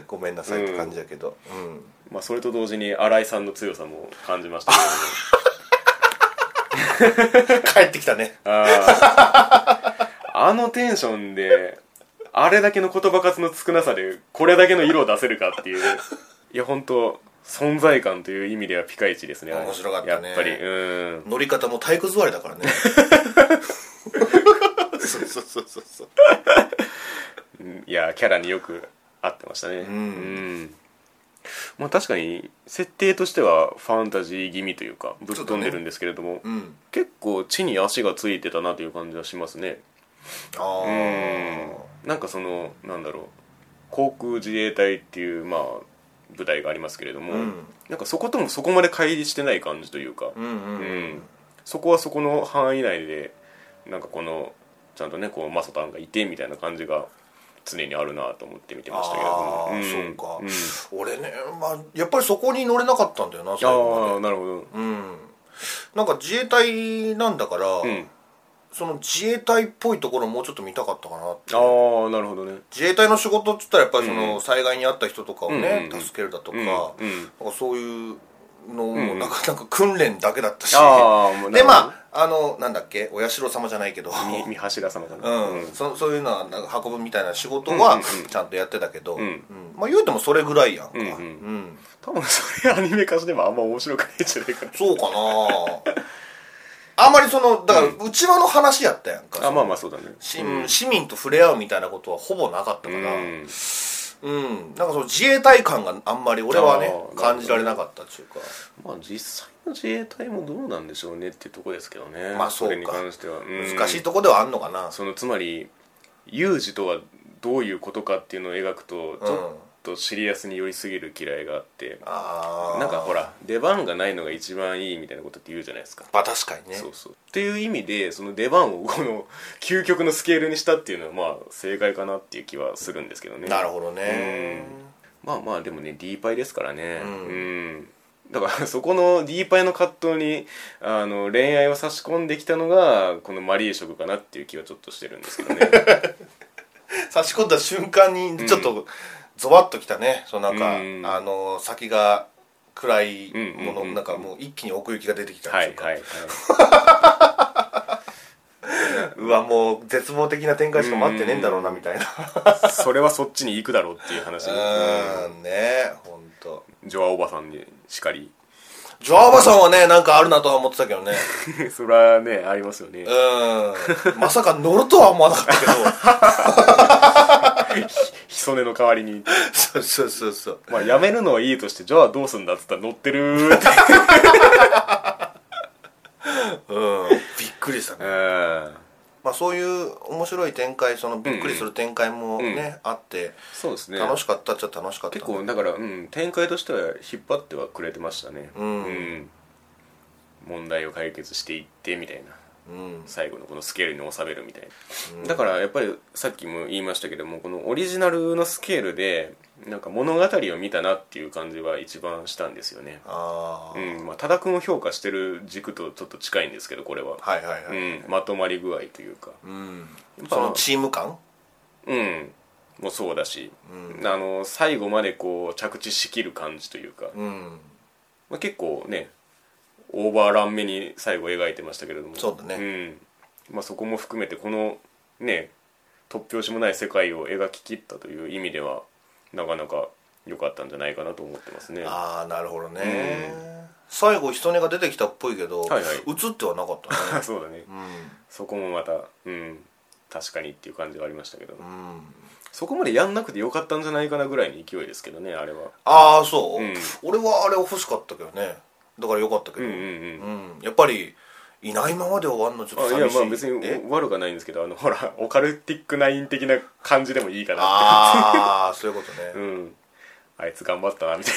S2: ごめんなさいって感じだけどうん
S1: まあそれと同時に新井さんの強さも感じましたけれども
S2: 帰ってきたね
S1: あーあのテンションであれだけの言葉数の少なさでこれだけの色を出せるかっていういや本当存在感という意味ではピカイチですね
S2: 面白かったね
S1: やっぱりうん
S2: 乗り方も体育座りだからねそうそうそうそうそう
S1: いやキャラによく合ってましたねうんまあ確かに設定としてはファンタジー気味というかぶっ飛んでるんですけれども、
S2: うん
S1: 結構地に足がついてたなという感じはしますね
S2: ああ
S1: なんかそのなんだろう航空自衛隊っていうまあ部隊がありますけれども、
S2: うん
S1: なんかそこともそこまで乖離してない感じというか、
S2: うんうん
S1: う
S2: うんん
S1: そこはそこの範囲内でなんかこのちゃんとねこうマサタンがいてみたいな感じが常にあるなと思って見てましたけれども
S2: あ、あ
S1: ん
S2: ー、そう
S1: ん
S2: か、俺ね、まあ、やっぱりそこに乗れなかったんだよな最後
S1: あ
S2: ま
S1: あなるほど、
S2: でうんなんか自衛隊なんだから、
S1: うん、
S2: その自衛隊っぽいところもうちょっと見たかったかなって
S1: ああなるほどね
S2: 自衛隊の仕事っつったらやっぱりその、
S1: うん
S2: 災害に遭った人とかをね、
S1: うんうんうん
S2: 助けるだとか,、
S1: うんうん
S2: なんかそういうのもなかなか訓練だけだったし、
S1: ああ
S2: でまああのなんだっけお社様じゃないけど
S1: み三柱様か
S2: う
S1: な、
S2: んそそういうのはなんか運ぶみたいな仕事はちゃんとやってたけど、
S1: ん
S2: うんまあ言うてもそれぐらいやんか、
S1: うんうん
S2: うん
S1: 多分それアニメ化してもあんま面白くないんじゃないかな
S2: そうかな あんまりそのだから内輪の話やったやんか、
S1: あまあまあそうだね
S2: 市市民と触れ合うみたいなことはほぼなかった
S1: う
S2: から、うん
S1: ん
S2: なんかその自衛隊感があんまり俺は
S1: あ
S2: ね
S1: ーなるほど
S2: 感じられなかったっていうか
S1: まあ実際の自衛隊もどうなんでしょうねっていうとこですけどね
S2: まあそうか
S1: れに関しては、うん
S2: 難しいとこではあんのかな、
S1: そのつまり有事とはどういうことかっていうのを描くとちょっとシリアスに寄りすぎる嫌いがあって、
S2: ああ
S1: なんかほら出番がないのが一番いいみたいなことって言うじゃないですか
S2: まあ確かにね
S1: そうそうっていう意味でその出番をこの究極のスケールにしたっていうのはまあ正解かなっていう気はするんですけどね
S2: なるほどね
S1: まあまあでもね D パイですからね
S2: う
S1: うんん、だからそこのディーパイの葛藤にあの恋愛を差し込んできたのがこのマリー色かなっていう気はちょっとしてるんですけどね
S2: 差し込んだ瞬間にちょっとゾワッときたね、そのなんか、
S1: うん
S2: あの先が暗いもの、
S1: うんうんうん
S2: なんかもう一気に奥行きが出てきたん
S1: は
S2: でしょ
S1: いう
S2: か、
S1: はいはいう
S2: わもう絶望的な展開しか待ってねえんだろうなみたいな
S1: それはそっちに行くだろうっていう話
S2: うんねえほんと
S1: ジョアおばさんにしかり
S2: ジョアバさんはねなんかあるなとは思ってたけどね
S1: それはねありますよね
S2: うんまさか乗るとは思わなかったけど
S1: ひそねの代わりに
S2: そうそうそうそう
S1: まあやめるのはいいとしてジョアどうすんだっつったら乗ってるーって
S2: うんびっくりしたね
S1: うん
S2: まあそういう面白い展開そのびっくりする展開もね、あって
S1: そうですね
S2: 楽しかったっちゃ楽しかった
S1: 結構だから、うん、展開としては引っ張ってはくれてましたね
S2: うん
S1: 問題を解決していってみたいな
S2: うん
S1: 最後のこのスケールに収めるみたいな、だからやっぱりさっきも言いましたけどもこのオリジナルのスケールでなんか物語を見たなっていう感じは一番したんですよね
S2: ああ、
S1: うんまあ多田君を評価してる軸とちょっと近いんですけどこれは、
S2: はいはいはい、
S1: うん、まとまり具合というか
S2: うん
S1: やっぱ
S2: そのチーム感
S1: うんもそうだし、あの最後までこう着地しきる感じというか、
S2: うん
S1: まあ、結構ねオーバーラン目に最後描いてましたけれども
S2: そうだ
S1: うんまあ、そこも含めてこのね突拍子もない世界を描ききったという意味ではなかなか良かったんじゃないかなと思ってますね
S2: ああなるほどね、最後人根が出てきたっぽいけど、
S1: はいはい
S2: 映ってはなかった ね
S1: そうだね、そこもまたうん確かにっていう感じはありましたけど、
S2: うん、
S1: そこまでやんなくてよかったんじゃないかなぐらいの勢いですけどねあれは
S2: ああそう、
S1: うん
S2: 俺はあれ欲しかったけどねだからよかったけ
S1: う
S2: ど、
S1: んうん
S2: うん
S1: うん
S2: やっぱりいないままで終わるのちょ
S1: あ
S2: っと
S1: い
S2: 寂
S1: や
S2: しい
S1: まあ別に
S2: え
S1: 悪くはないんですけどあのほらオカルティックナイン的な感じでもいいかなっ
S2: あ あそういうことね、
S1: てうんあいつ頑張ったなみたい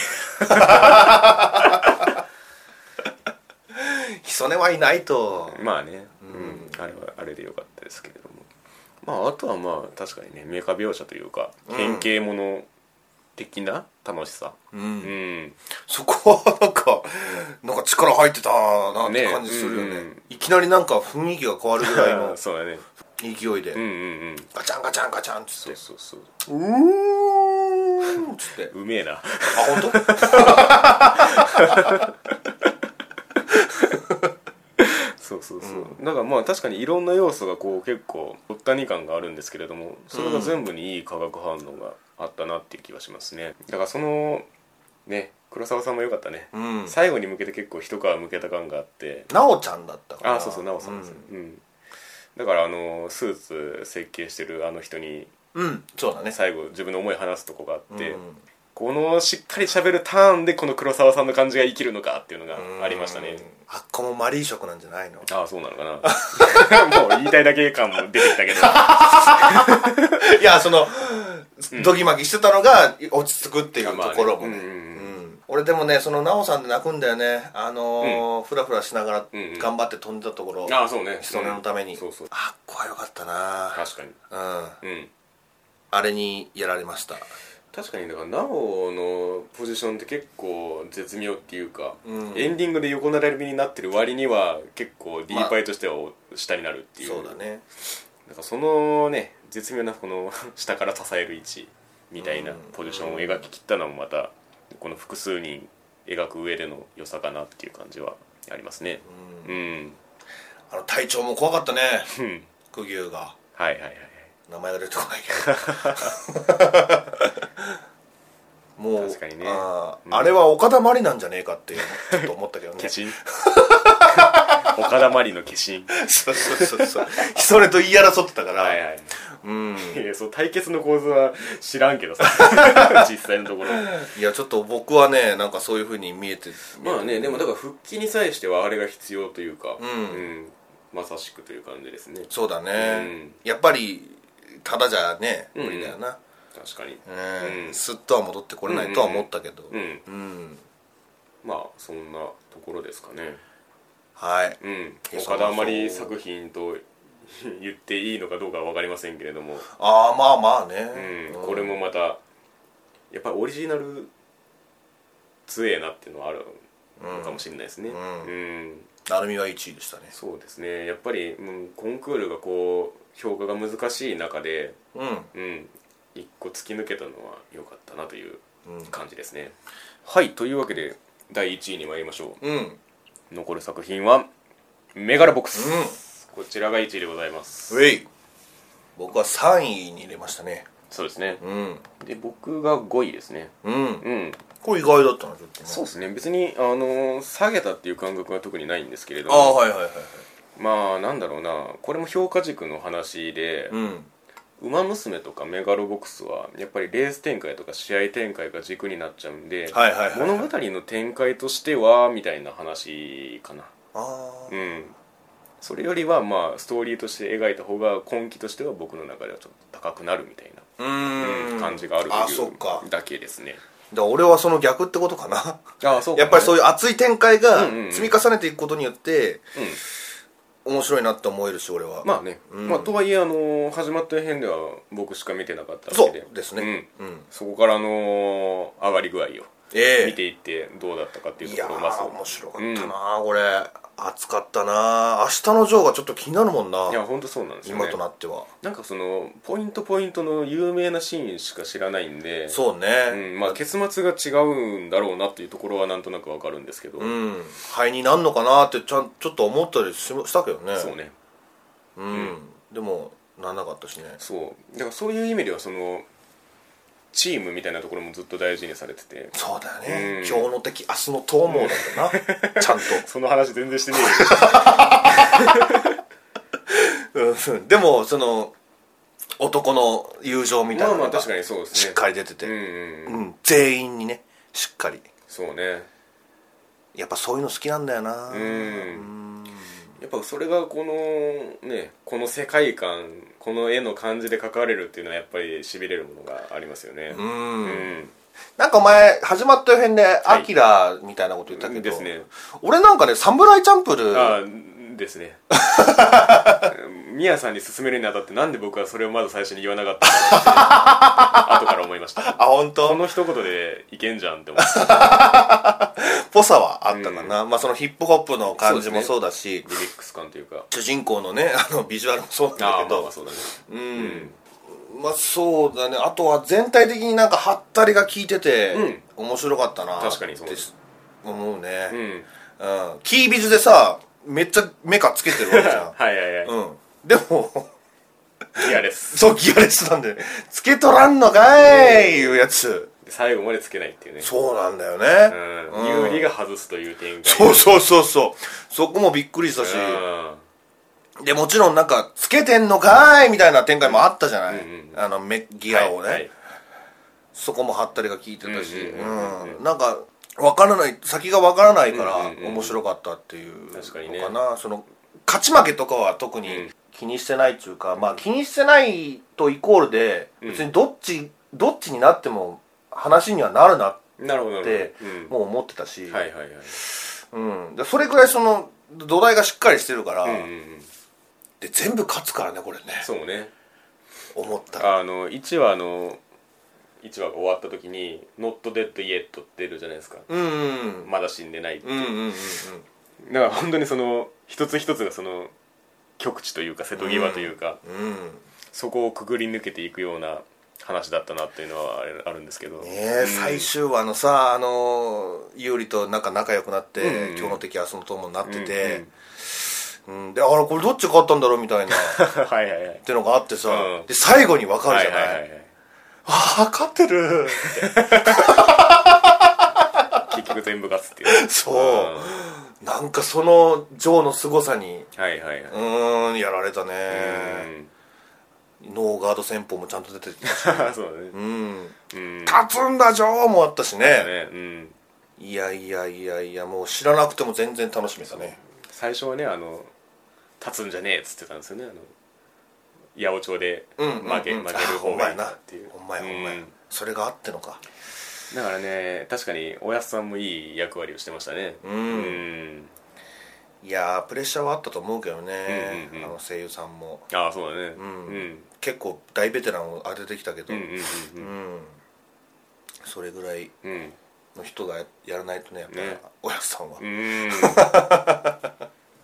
S2: ヒソネはいないと、
S1: なまあね、うん、あれはあれでよかったですけれどもまああとはまあ確かにねメカ描写というか変形もの的な楽しさ
S2: う
S1: うんん、
S2: そこはなんか、なんか力入ってたなって感じするよね
S1: ねうんうん
S2: いきなりなんか雰囲気が変わるぐら いの
S1: そうだね
S2: 勢いで、
S1: うんうんうん
S2: ガチャンガチャンガチャンっつ
S1: そ
S2: っ
S1: う
S2: て
S1: そうそう
S2: うーんっつって
S1: うめえな
S2: あ本当？
S1: そうそうそう、だからまあ確かにいろんな要素がこう結構ごったに感があるんですけれどもそれが全部にいい化学反応があったなっていう気はしますねだからそのね黒沢さんも良かったね、
S2: うん
S1: 最後に向けて結構一皮向けた感があって
S2: なおちゃんだったか
S1: あ
S2: ら
S1: あそうそう奈緒さんですう
S2: う
S1: ん、だからあのスーツ設計してるあの人に
S2: ん、うんそうだね
S1: 最後自分の思い話すとこがあって、
S2: うん
S1: このしっかり喋るターンでこの黒沢さんの感じが生きるのかっていうのがありましたね、
S2: うんあっこもマリー色なんじゃな いの
S1: ああそうなのかな もう言いたいだけ感も出てき たけど
S2: いやそのドギマギしてたのが落ち着くっていうと
S1: まあね
S2: ころもね
S1: うんうんうん
S2: うん俺でもねその奈緒さんで泣くんだよねあのーフラフラしながら
S1: うんうん
S2: 頑張って飛んでたところ
S1: ああそうね
S2: 人のために、
S1: うんそうそう
S2: あっこは良かったな
S1: 確かに
S2: うん
S1: うん
S2: あれにやられました
S1: 確かにだからなおのポジションって結構絶妙っていうか、
S2: うん
S1: エンディングで横並びになってる割には結構ディーパイとしては下になるっていう、
S2: そうだね
S1: なんかそのね絶妙なこの 下から支える位置みたいなポジションを描ききったのもまたこの複数人描く上での良さかなっていう感じはありますねうん、
S2: あの隊長も怖かった ね
S1: うん、
S2: 釘生が
S1: はいはいはい
S2: 名前が出てこないけ どもう
S1: 確かにね
S2: あ,、
S1: うん
S2: あれは岡田真理なんじゃねえかってちょっと思っ たけどね
S1: 化身岡田真理の化身
S2: そうそうそうそうそれと言い争ってたから、
S1: はいはい
S2: うん
S1: いやそう対決の構図は知らんけど さ実際のところ
S2: いやちょっと僕はねなんかそういうふうに見えて
S1: まあねでもだから復帰に際してはあれが必要というかうんまさしくという感じですね
S2: そうだね、
S1: う
S2: やっぱりただじゃね無理だよな、
S1: 確かに
S2: うん
S1: うん
S2: すっとは戻ってこれないとは思ったけど
S1: うん、
S2: うん
S1: まあそんなところですかね
S2: はい
S1: うん
S2: いや
S1: 岡田まり
S2: そう
S1: 作品と 言っていいのかどうかは分かりませんけれども、
S2: ああまあまあ
S1: う
S2: ね
S1: ん、これもまたやっぱりオリジナル強えなっていうのはあるのかもしれないですね。
S2: う
S1: う
S2: ん
S1: ん
S2: 成美は1位でしたね
S1: そうですねやっぱり、うん、コンクールがこう評価が難しい中で、
S2: うん
S1: うん、一個突き抜けたのは良かったなという感じですね、はいというわけで第1位に参りましょ
S2: うんうん
S1: う残る作品は「メガラボックス」こちらが1位でございます
S2: ウェイ僕は3位に入れましたね
S1: そうですね
S2: うん
S1: で僕が5位ですね
S2: うん
S1: うん
S2: これ意外だったなちょっとね
S1: そうですね別にあの下げたっていう感覚は特にないんですけれど
S2: ああ
S1: も
S2: はいはいはいはい
S1: まあなんだろうなこれも評価軸の話で、
S2: うん
S1: ウマ娘とかメガロボックスはやっぱりレース展開とか試合展開が軸になっちゃうんで、
S2: はいはいはい
S1: 物語の展開としてはみたいな話かな
S2: あ
S1: う
S2: あ
S1: んそれよりはまあストーリーとして描いた方が根気としては僕の中ではちょっと高くなるみたいな
S2: う
S1: うん
S2: ん
S1: 感じがあると
S2: あそっか
S1: いうだけですね
S2: だから俺はその逆ってことかな
S1: あそう
S2: やっぱりそう
S1: う
S2: いう熱い展開が
S1: うんうんうん
S2: 積み重ねていくことによって
S1: ん
S2: 面白いなって思えるし俺は
S1: まあね、
S2: うん
S1: まあ、とはいえあの始まった編では僕しか見てなかった
S2: そ
S1: わけ
S2: うですねうん
S1: そこからあの上がり具合を
S2: ええ
S1: 見ていってどうだったかっていう
S2: い
S1: と
S2: や
S1: ころをまず
S2: ー面白かったな、これ熱かったな明日のジョーがちょっと気になるもんない
S1: や本当そうなんですよ、ね、
S2: 今となっては
S1: なんかそのポイントポイントの有名なシーンしか知らないんで
S2: そうね
S1: うんまあ、結末が違うんだろうなっていうところはなんとなくわかるんですけど、
S2: うん肺になんのかなってちゃんちょっと思ったりししたけどね
S1: そうね
S2: うん、でもなんなかったしね
S1: そうだからそういう意味ではそのチームみたいなところもずっと大事にされてて
S2: そうだよね、
S1: うん
S2: 今日の敵明日の逃亡なんだよ なちゃんと
S1: その話全然してね
S2: うんでもその男の友情み
S1: え
S2: たい
S1: よま
S2: な
S1: あま
S2: の
S1: あ確
S2: がし
S1: かにそうですね
S2: っかり出てて、
S1: うんうん、
S2: うん全員にねしっかり
S1: そうね
S2: やっぱそういうの好きなんだよな
S1: うんやっぱそれがこのねこの世界観この絵の感じで描かれるっていうのはやっぱりしびれるものがありますよね
S2: うん
S1: うん
S2: なんかお前始まった予編で「
S1: い
S2: アキラ」みたいなこと言ったけど、
S1: ですね
S2: 俺なんかね「サムライチャンプルー
S1: ああですね ミヤさんに勧めるにあたってなんで僕はそれをまず最初に言わなかったのかっ て後から思いまし」た
S2: あ本
S1: こ
S2: 当
S1: の一言でいけんじゃんって思って
S2: ぽさはあったかな、まあそのヒップホップの感じもそうだし
S1: リミックス感というか
S2: 主人公のね あのビジュアルもそうなんだ
S1: ああ
S2: け
S1: まあ
S2: ど
S1: まあそうだね
S2: うん、まあそうだねあとは全体的になんかハったりが効いてて、面白かったな
S1: 確かにそう
S2: って
S1: です
S2: 思う
S1: う
S2: ね、
S1: ん
S2: うんキービズでさめっちゃメカつけてるわけじゃん、
S1: はいはいは
S2: うんでも
S1: いギアです
S2: そうギアレスなんでつけとらんのかいいうやつ
S1: 最後までつけないっていうね
S2: そうなんだよね、
S1: うん有利が外すという展開
S2: そうそうそうそうそこもびっくりしたし、
S1: うん
S2: でもちろんなんかつけてんのかいみたいな展開もあったじゃない、
S1: うんうん
S2: あのメギアをね、
S1: はい
S2: そこもハったりが効いてたし
S1: う
S2: うん
S1: うんうんうん
S2: んなんか分からない先が分からないか
S1: うんうんうん
S2: ら面白かったっていうの
S1: 確かにね
S2: かなその勝ち負けとかは特
S1: うん
S2: に気にしてないっていうかまあ気にしてないとイコールで別にどっちどっちになっても話にはなるなっ
S1: なるほどなる
S2: て
S1: ほどうん
S2: もう思ってたし
S1: はいはいはい
S2: うんでそれくらいその土台がしっかりしてるから
S1: うんうんうん
S2: で全部勝つからねこれね
S1: そうね
S2: 思ったら
S1: あの1話の1話が終わった時に「Not Dead Yet」って出るじゃないですか
S2: うんうん
S1: まだ死んでないって
S2: うんうんうんうん
S1: だから本当にその一つ一つがその極地というか瀬戸際というか、
S2: うん
S1: そこをくぐり抜けていくような話だったなっていうのはあれあるんですけど、
S2: ね
S1: う
S2: え
S1: ん
S2: 最終話のさあの優里となんか仲良くなって、
S1: うんうん
S2: 今日の敵はその友になってて、うんであれこれどっち勝ったんだろうみた いなっ
S1: はいはいはい
S2: てのがあってさ、
S1: うん
S2: で最後に分かる
S1: は
S2: じ
S1: い
S2: ゃない,、
S1: はいはいはい
S2: ああ勝ってる
S1: 結局全部勝つっていう
S2: そう
S1: うん
S2: なんかそのジョーの凄さに
S1: はいはいはいう
S2: ーんやられたね
S1: うん
S2: ノーガード戦法もちゃんと出てきて
S1: そうだね
S2: うん
S1: うん
S2: 勝つんだジョーもあったしね
S1: ねうん
S2: いやいやいやいやもう知らなくても全然楽しめたね
S1: 最初はねあの「立つんじゃねえ」っつってたんですよねあの八百長で
S2: うん
S1: 負け,、
S2: うんうん
S1: 負ける方がいいなっていう
S2: ほんまやなほんまやほんまや、
S1: うん
S2: それがあってのか
S1: だからね確かにおやすさんもいい役割をしてましたねうん
S2: いやープレッシャーはあったと思うけどね、
S1: うんうんうん
S2: あの声優さんも
S1: ああそうだねうんうん
S2: 結構大ベテランを当ててきたけど、
S1: うんうんうん
S2: うんそれぐらい
S1: うん
S2: の人がやらないとねやっぱり
S1: ね
S2: 親さんは、
S1: うーん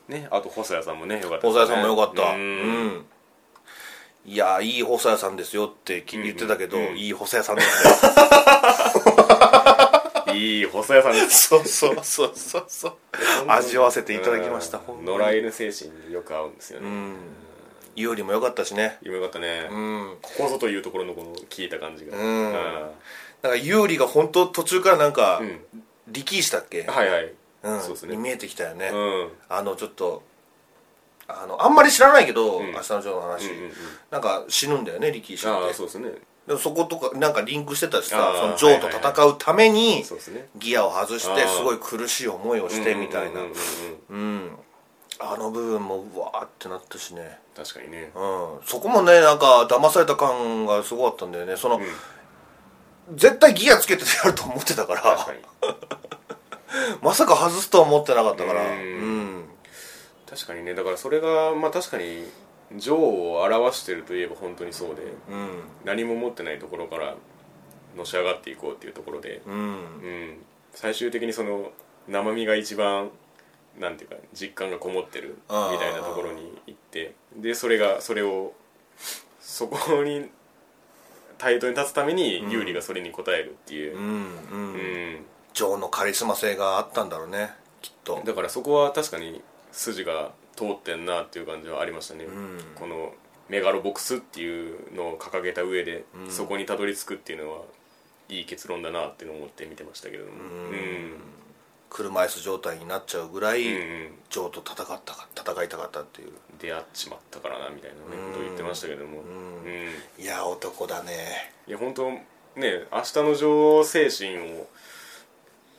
S1: ねあと細谷さんもねよかった
S2: 細谷さんもよかった、
S1: う
S2: うん
S1: ん
S2: いやーいい細谷さんですよってき
S1: うん
S2: 言ってたけど、
S1: うん
S2: いい細谷さんです ね
S1: いい細谷さんです
S2: そうそうそうそうそう味わわせていただきました
S1: うん
S2: 本当に
S1: 野良犬精神によく合うんですよね、
S2: うんいよりもよかったしね
S1: よかったね、
S2: うん
S1: ここぞというところのこの聞いた感じが、
S2: うん
S1: あ
S2: なんか有利が本当途中からなんか、
S1: ーうん
S2: 力士だっけ、
S1: はいはい、
S2: うん
S1: そうですね
S2: に見えてきたよね、
S1: うん
S2: あのちょっとあのあんまり知らないけど、
S1: ん
S2: 明日のジョーの話、
S1: うんうんうん
S2: なんか死ぬんだよね力士って
S1: ああそうですね
S2: でもそことかなんかリンクしてたしさ
S1: あー
S2: そのジョーと戦うために
S1: そうですね
S2: ギアを外し
S1: あ
S2: て
S1: ー
S2: すごい苦しい思いをしてみたいな
S1: うんうんうんうん
S2: うんあの部分もうわーってなったしね
S1: 確かにね
S2: うんそこもねなんか騙された感がすごかったんだよねその、絶対ギアつけてやると思ってたから
S1: 確かに
S2: まさか外すとは思ってなかったから
S1: う
S2: うんん、
S1: 確かにねだからそれがまあ確かに女王を表してるといえば本当にそうで
S2: うん
S1: 何も持ってないところからのし上がっていこうっていうところで、
S2: うん
S1: うん、最終的にその生身が一番なんていうか実感がこもってるみ
S2: あー
S1: たいなところに行ってでそれがそれをそこに対等に立つために優里がそれに応えるっていう
S2: う、んう
S1: うんん
S2: ジョーのカリスマ性があったんだろうねきっと
S1: だからそこは確かに筋が通ってんなっていう感じはありましたね、
S2: ん
S1: このメガロボックスっていうのを掲げた上で、そこにたどり着くっていうのはいい結論だなっていうのを思って見てましたけれどもうん
S2: 車椅子状態になっちゃうぐらい、
S1: うん、
S2: ジョーと戦ったか戦いたかったっていう
S1: 出会っちまったからなみたいなねことを言ってましたけども、うんい
S2: いや男だね
S1: や本当ね明日の女王精神を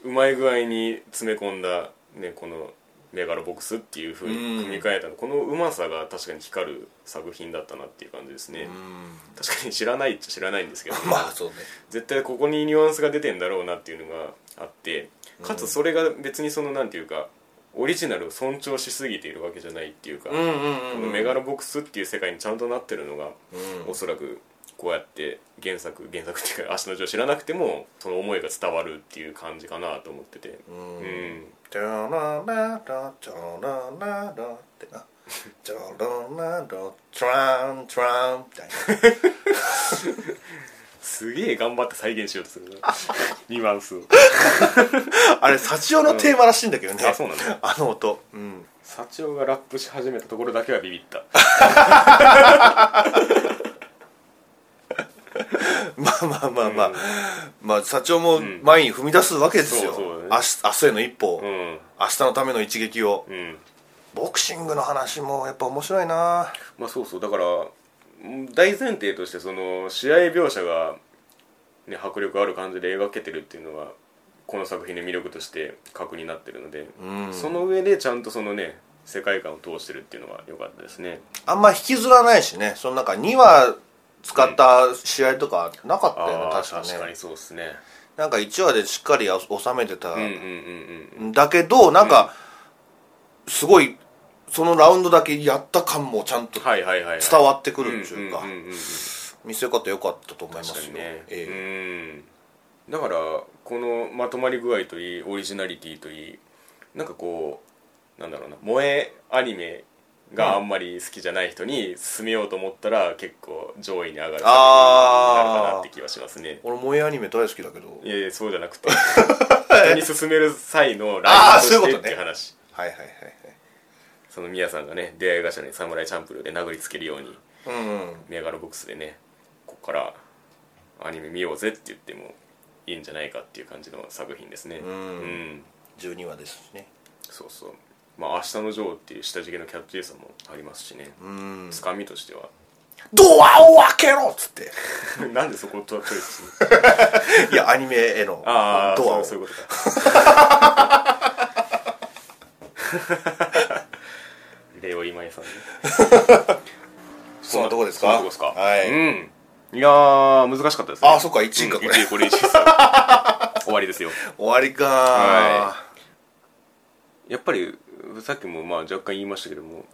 S1: うまい具合に詰め込んだ、ね、このメガロボックスっていうふうに組み替えたの、このうまさが確かに光る作品だったなっていう感じですね、
S2: うん
S1: 確かに知らないっちゃ知らないんですけど、
S2: まあそうね
S1: 絶対ここにニュアンスが出てんだろうなっていうのがあってかつそれが別にそのなんていうかオリジナルを尊重しすぎているわけじゃないっていうか、
S2: うんうん
S1: こ
S2: う
S1: の
S2: ん
S1: メガロボックスっていう世界にちゃんとなってるのが、おそらくこうやって原作原作っていうか足の字を知らなくてもその思いが伝わるっていう感じかなと思ってて
S2: うん
S1: うん、
S2: チャラララチャラララって なチャラララチャランチャランみたいな
S1: すげえ頑張って再現しようとする なニュアンスを
S2: あれサチオのテーマらしいんだけどね、
S1: あそうなんだ
S2: あの音うん
S1: 社長がラップし始めたところだけはビビった
S2: まあまあまあまあ、まあ社長も前に踏み出すわけですよ、
S1: そうそうだね
S2: 明日明日への一歩、
S1: うん
S2: 明日のための一撃を、
S1: うん
S2: ボクシングの話もやっぱ面白いな
S1: まあそうそうだからん大前提としてその試合描写が、ね、迫力ある感じで描けてるっていうのがこの作品の魅力として核になってるので、
S2: ん
S1: その上でちゃんとそのね世界観を通してるっていうのが良かったですね
S2: あんま引きずらないしねそのなんか2話使った試合とかなかったよね、
S1: あー
S2: 確かね
S1: そうですね
S2: なんか1話でしっかり収めてた、
S1: うんうんうんうん
S2: ん、だけどなんか、すごいそのラウンドだけやった感もちゃんと
S1: はいはいはい、はい、
S2: 伝
S1: わ
S2: わってくるっていうか、
S1: んうんうん
S2: 見せ方良かったと思います
S1: 確か
S2: よ、
S1: にね、
S2: え
S1: うんだからこのまとまり具合といいオリジナリティといいなんかこうなんだろうな萌えアニメがあんまり好きじゃない人に進めようと思ったら結構上位に上がる作品になるかなって気はしますね
S2: え俺萌えアニメ大好きだけど
S1: いやいやそうじゃな くて人に進める際のラインとしてっていう話
S2: はいはいは
S1: そのミヤさんがね出会い頭に侍チャンプルーで殴りつけるように
S2: いはいうん、うん
S1: メガロボックスでねここからアニメ見ようぜって言ってもいいんじゃないかっていう感じの作品ですねうん
S2: 12話ですしね
S1: そうそうまあ「明日のジョー」っていう下敷きのキャッチーさもありますしね
S2: うん
S1: つかみと しては
S2: ドアを開けろっつって
S1: なんでそこをチョイス する
S2: いやアニメへのド
S1: あ
S2: ア
S1: あ
S2: を
S1: そういうことかレオ今井さんね
S2: そんなとこです
S1: そんな
S2: か
S1: とこですか
S2: はい、
S1: うんいやー難しかったですね
S2: あそっか1位かこ
S1: こ
S2: れ、
S1: れこれ1位ですよ 終わりですよ
S2: 終わりか、
S1: はやっぱりさっきもまあ若干言いましたけども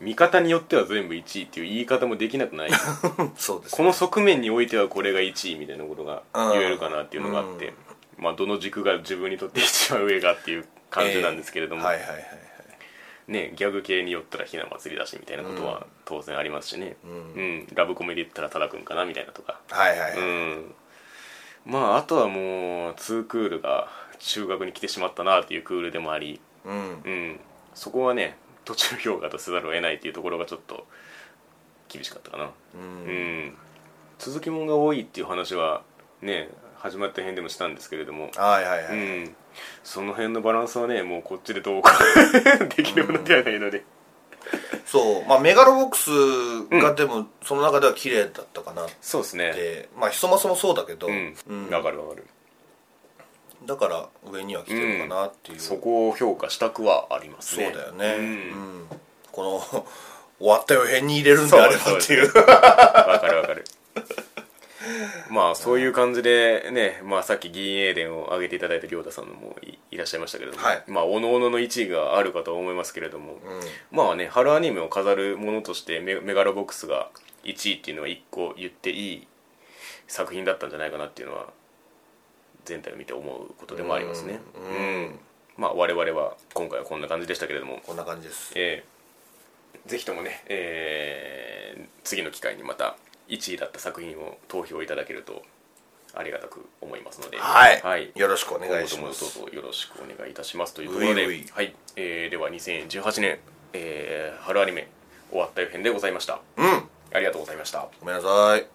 S1: 見方によっては全部1位っていう言い方もできなく ない
S2: うんそうです
S1: この側面においてはこれが1位みたいなことが言えるかなっていうのがあって、まあ、どの軸が自分にとって一番上がっていう感じなんですけれども、
S2: えーはいはいはいはい
S1: ね、ギャグ系によったらひな祭りだしみたいなことは当然ありますしね、うんラブコメで言ったら多田君かなみたいなとか、
S2: はいはいはい、
S1: うん、まああとはもう2クールが中学に来てしまったなっていうクールでもあり、
S2: うん
S1: うん、そこはね途中評価とせざるを得ないっていうところがちょっと厳しかったかな、
S2: うん
S1: うん、続きもんが多いっていう話はね始まった辺でもしたんですけれども
S2: はいはいは
S1: う
S2: い、
S1: ん、その辺のバランスはねもうこっちでどうかできるものではないので、
S2: そうまあメガロボックスがでもその中では綺麗だったかなっ
S1: そうですね
S2: て、まあひそまそもそうだけど、
S1: うん
S2: うん
S1: わかるわかる
S2: だから上には来てるかなっていう、
S1: そこを評価したくはあります
S2: そう
S1: ね
S2: だよね、
S1: うん
S2: うんこの 終わったよ辺に入れるんであればってい
S1: そうで
S2: う
S1: すそうですわかるわかるまあそういう感じでね、まあ、さっき銀英伝を挙げていただいた亮太さんのもいいらっしゃいましたけれども、
S2: はい
S1: まあおのおのの1位があるかとは思いますけれども、
S2: うん
S1: まあね春アニメを飾るものとしてメメガロボックスが1位っていうのは1個言っていい作品だったんじゃないかなっていうのは全体を見て思うことでもありますね
S2: う
S1: う
S2: ん
S1: んまあ我々は今回はこんな感じでしたけれども
S2: こんな感じです
S1: えーぜひともね、えー次の機会にまた1位だった作品を投票いただけるとありがたく思いますので、
S2: はい、
S1: はい、
S2: よろしくお願いし
S1: 今
S2: ま
S1: 後と
S2: す
S1: もどうぞよろしくお願いいたしますというところで
S2: ういうい
S1: はいえーでは2018年、えー春アニメ終わった予編でございました
S2: うん
S1: ありがとうございました
S2: ごめんなさい